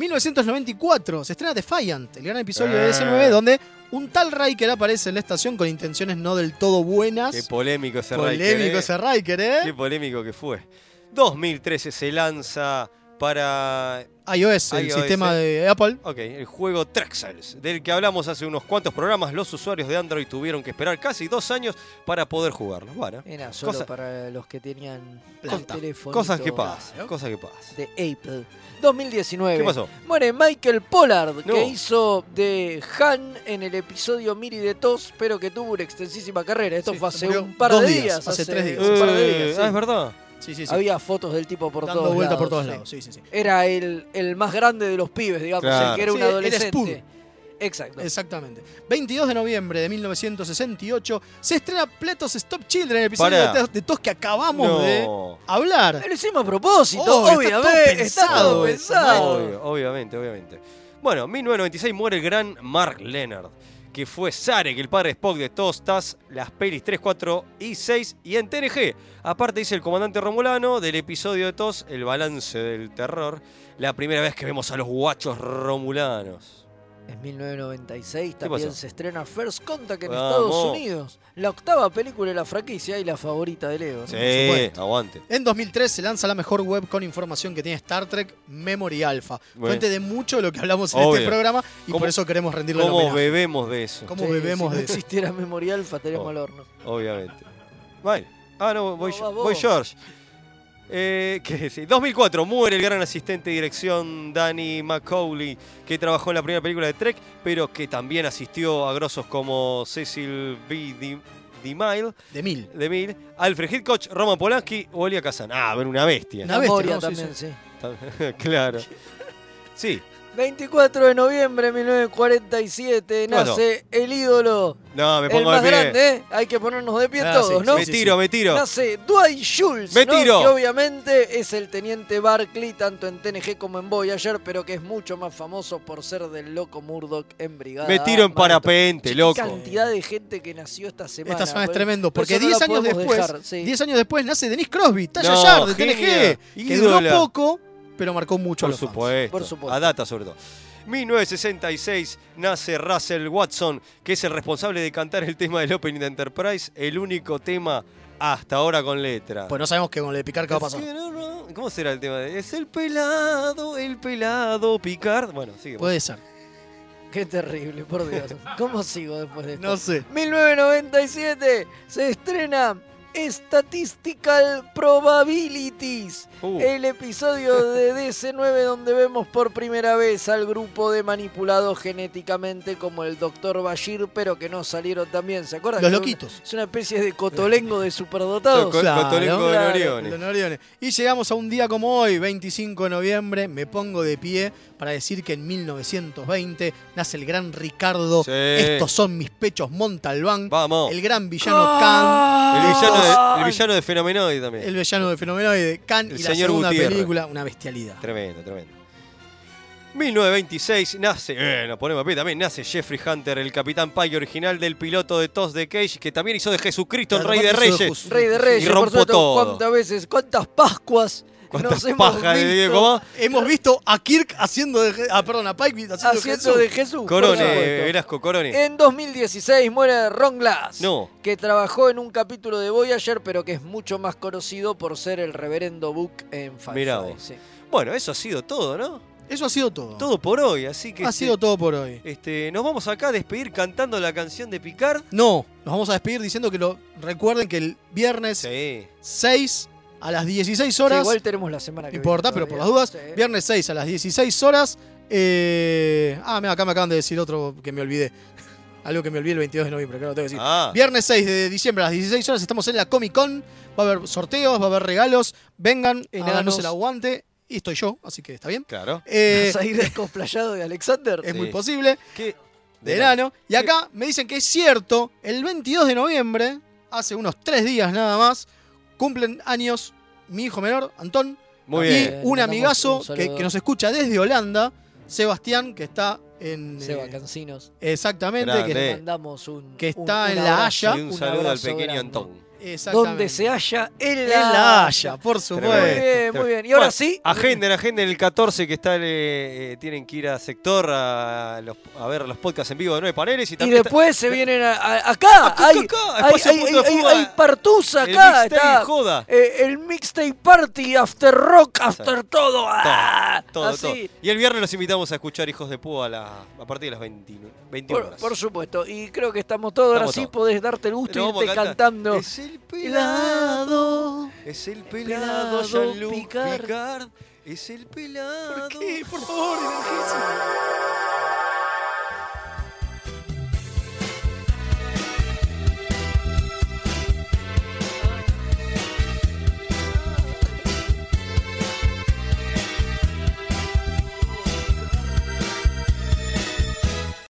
1994 se estrena Defiant, el gran episodio de
Eh.
DC9, donde un tal Riker aparece en la estación con intenciones no del todo buenas.
Qué polémico ese Riker,
Polémico
¿eh?
ese Riker, ¿eh?
Qué polémico que fue. 2013 se lanza para
iOS, el
iOS.
sistema de Apple.
Ok, el juego Trexels, del que hablamos hace unos cuantos programas, los usuarios de Android tuvieron que esperar casi dos años para poder jugarlo. Bueno,
Era solo
cosa-
para los que tenían
Plata.
teléfono.
cosas que pasan, cosas que pasan.
De Apple. 2019.
¿Qué pasó?
Muere Michael Pollard,
No.
que hizo de Han en el episodio Miri de Tos, pero que tuvo una extensísima carrera. Esto fue hace
murió
un par
dos
de
días,
días.
hace tres días.
Un par de
Eh,
días. sí.
ah, es verdad.
Sí, sí,
Había fotos del tipo por
Dando
todos
vuelta
lados.
por todos lados, sí, sí, sí.
Era el, el más grande de los pibes, digamos,
Claro.
el que era un
Sí, era
adolescente.
Spoon.
Exacto.
Exactamente. 22 de noviembre de 1968 se estrena Pletos Stop Children, el episodio
Pará.
de tos- de tos que acabamos
No.
de hablar.
Lo hicimos a propósito,
Oh, está todo
obviamente. Está todo
pensado.
pensado.
Obvio, obviamente, obviamente. Bueno, 1996 muere el gran Mark Leonard, que fue Sarek, el padre de Spock de Tostas, las pelis 3, 4 y 6 y en TNG. Aparte dice el comandante Romulano del episodio de Tos, el balance del terror, la primera vez que vemos a los guachos romulanos.
En 1996 también
pasó?
se estrena First Contact en
Vamos.
Estados Unidos, la octava película de la franquicia y la favorita de Leo.
Sí, aguante.
En 2003 se lanza la mejor web con información que tiene Star Trek, Memory Alpha.
Bueno.
Fuente de mucho de lo que hablamos en
Obvio.
este programa y
¿Cómo-
por eso queremos rendirle la
¿Cómo
homenaje.
bebemos de eso?
¿Cómo bebemos
si
de
no
eso?
existiera Memoria Alpha
Oh.
estaríamos al horno.
Obviamente. Vale. Ah, no, voy,
No,
yo-
vas vos.
voy George. Eh, ¿qué sí? 2004 muere el gran asistente de dirección Danny McCauley, que trabajó en la primera película de Trek, pero que también asistió a grosos como Cecil B. De- DeMille,
*laughs*
De mil.
DeMille, Alfred Hitchcock, Roman Polanski o Elia Kazan. Ah, a ver, una bestia.
Una bestia,
Moria
¿no? Sí,
también,
sí.
sí.
*laughs* claro. Sí,
24 de noviembre de 1947
Bueno.
nace el ídolo.
no, me
El
pongo
más
de pie.
grande, ¿eh? hay que ponernos de pie
Ah,
todos,
sí,
¿no?
me tiro, me tiro.
Nace Dwight Schultz,
Me
¿no?
tiro.
que obviamente es el teniente Barclay tanto en TNG como en Voyager, pero que es mucho más famoso por ser del loco Murdoch en Brigada.
Me tiro en
Maritime.
parapente, loco.
cantidad de gente que nació esta semana.
Esta semana es
Por-
tremendo,
por
porque
pues, eso no
10
la
años
podemos
después,
dejar, sí.
10 años después nace Denise Crosby, Talla
No,
Yard de
genia,
TNG, que duró
ídola.
poco, pero marcó mucho a
Por
los fans.
supuesto.
Por supuesto.
A data sobre todo. 1966 nace Russell Watson, que es el responsable de cantar el tema del Opening de Enterprise, el único tema hasta ahora con letra.
Pues no sabemos qué con lo de Picard qué va a pasar.
¿Cómo será el tema? Es el pelado, el pelado Picard. Bueno, sigue. pues.
Puede ser.
Qué terrible, por Dios. ¿Cómo sigo después de esto?
No sé.
1997 se estrena Statistical Probabilities,
Uh.
el episodio de DC9 donde vemos por primera vez al grupo de manipulados genéticamente como el Dr. Bashir, pero que no salieron también, ¿se acuerdan?
Los
Que
loquitos.
Es una especie de cotolengo de superdotados.
Co-
Claro,
Cotolengo de
claro.
Oriones.
Los Oriones. Y llegamos a un día como hoy, 25 de noviembre, me pongo de pie para decir que en 1920 nace el gran Ricardo,
Sí.
estos son mis pechos Montalbán,
Vamos.
el gran villano
Ah.
Khan,
El villano, de, el villano de Fenomenoide también.
Pues- el villano de Fenomenoide, Khan
El
y
señor
la segunda
Gutiérrez.
película, una bestialidad.
Tremendo, tremendo. 1926 nace, eh, nos ponemos a pie también, nace Jeffrey Hunter, el capitán Pike original del piloto de TOS de Cage, que también hizo de Jesucristo el
Claro,
Rey de
aparte hizo de
Reyes.
Rey de Reyes,
Y
por
rompo
supuesto,
todo.
cuántas veces, cuántas Pascuas
¿Cuántas
nos hemos
pajas le digo,
visto
¿cómo?
Hemos visto a Kirk haciendo de, ah, perdón, a Pike haciendo, de
haciendo
Jesús.
de Jesús. por
Corone,
supuesto. Eh.
Velasco, Corone.
En 2016 muere Ron Glass,
No.
que trabajó en un capítulo de Voyager, pero que es mucho más conocido por ser el reverendo Book en Firefly.
Mirá vos.
sí.
Bueno, eso ha sido todo, ¿no?
Eso ha sido todo.
Todo por hoy, así que.
Ha
este,
sido todo por hoy.
Este, nos vamos acá a despedir cantando la canción de Picard.
No, nos vamos a despedir diciendo que lo recuerden que el viernes 6 a las 16 horas.
Sí, igual tenemos la semana que
No importa,
viene
pero por las
todavía.
dudas,
Sí.
viernes 6 a las 16 horas. eh, ah, mira, acá me acaban de decir otro que me olvidé. *laughs* Algo que me olvidé el 22 de noviembre, claro, lo tengo que decir.
Ah.
Viernes 6 de diciembre a las 16 horas estamos en la Comic Con. Va a haber sorteos, va a haber regalos. Vengan,
Ah,
háganos el aguante. Y estoy yo, así que está bien.
Claro.
*laughs*
Eh,
¿Vas a ir descomplayado de Alexander?
Es
Sí.
muy posible. De
Verano.
verano. Y acá me dicen que es cierto, el 22 de noviembre, hace unos tres días nada más, cumplen años mi hijo menor, Antón.
Muy
y
bien. Le
un
mandamos
amigazo
un
que,
saludo.
que nos escucha desde Holanda, Sebastián, que está en.
Seba
eh,
Cancinos.
exactamente,
Grande.
Le
que,
mandamos un.
que
un-
está
un
en La
abrazo,
Haya.
eh, Y un saludo al
abrazo
pequeño
grande.
Antón.
Exactamente.
Donde se halla en
En
la,
La Haya, por supuesto.
Muy bien, muy bien. Y ahora
Bueno,
sí.
Agenden, agenden el 14 que está el, eh, eh, tienen que ir a sector a, los- a ver los podcasts en vivo de nueve paneles y
Y
también está-
después se vienen a- a- acá. Hay, hay,
espacio
hay-
punto de
hay-
fuga.
hay partusa
El
acá.
mixtape
está,
joda.
eh, el mixtape party, after rock, after todo. ah,
Todo, todo.
así.
Y el viernes los invitamos a escuchar Hijos de Púa a, la- a partir de las 21, 21
Por,
horas.
por supuesto. Y creo que estamos todos. Ahora
Estamos
sí
todos.
podés darte el gusto y
Nos vamos
irte
a cantar.
cantando.
Es el pelado. Es el pelado,
Pelado
Jean-Luc
Picard.
Picard. Es el pelado.
¿Por qué? Por favor, energísimo.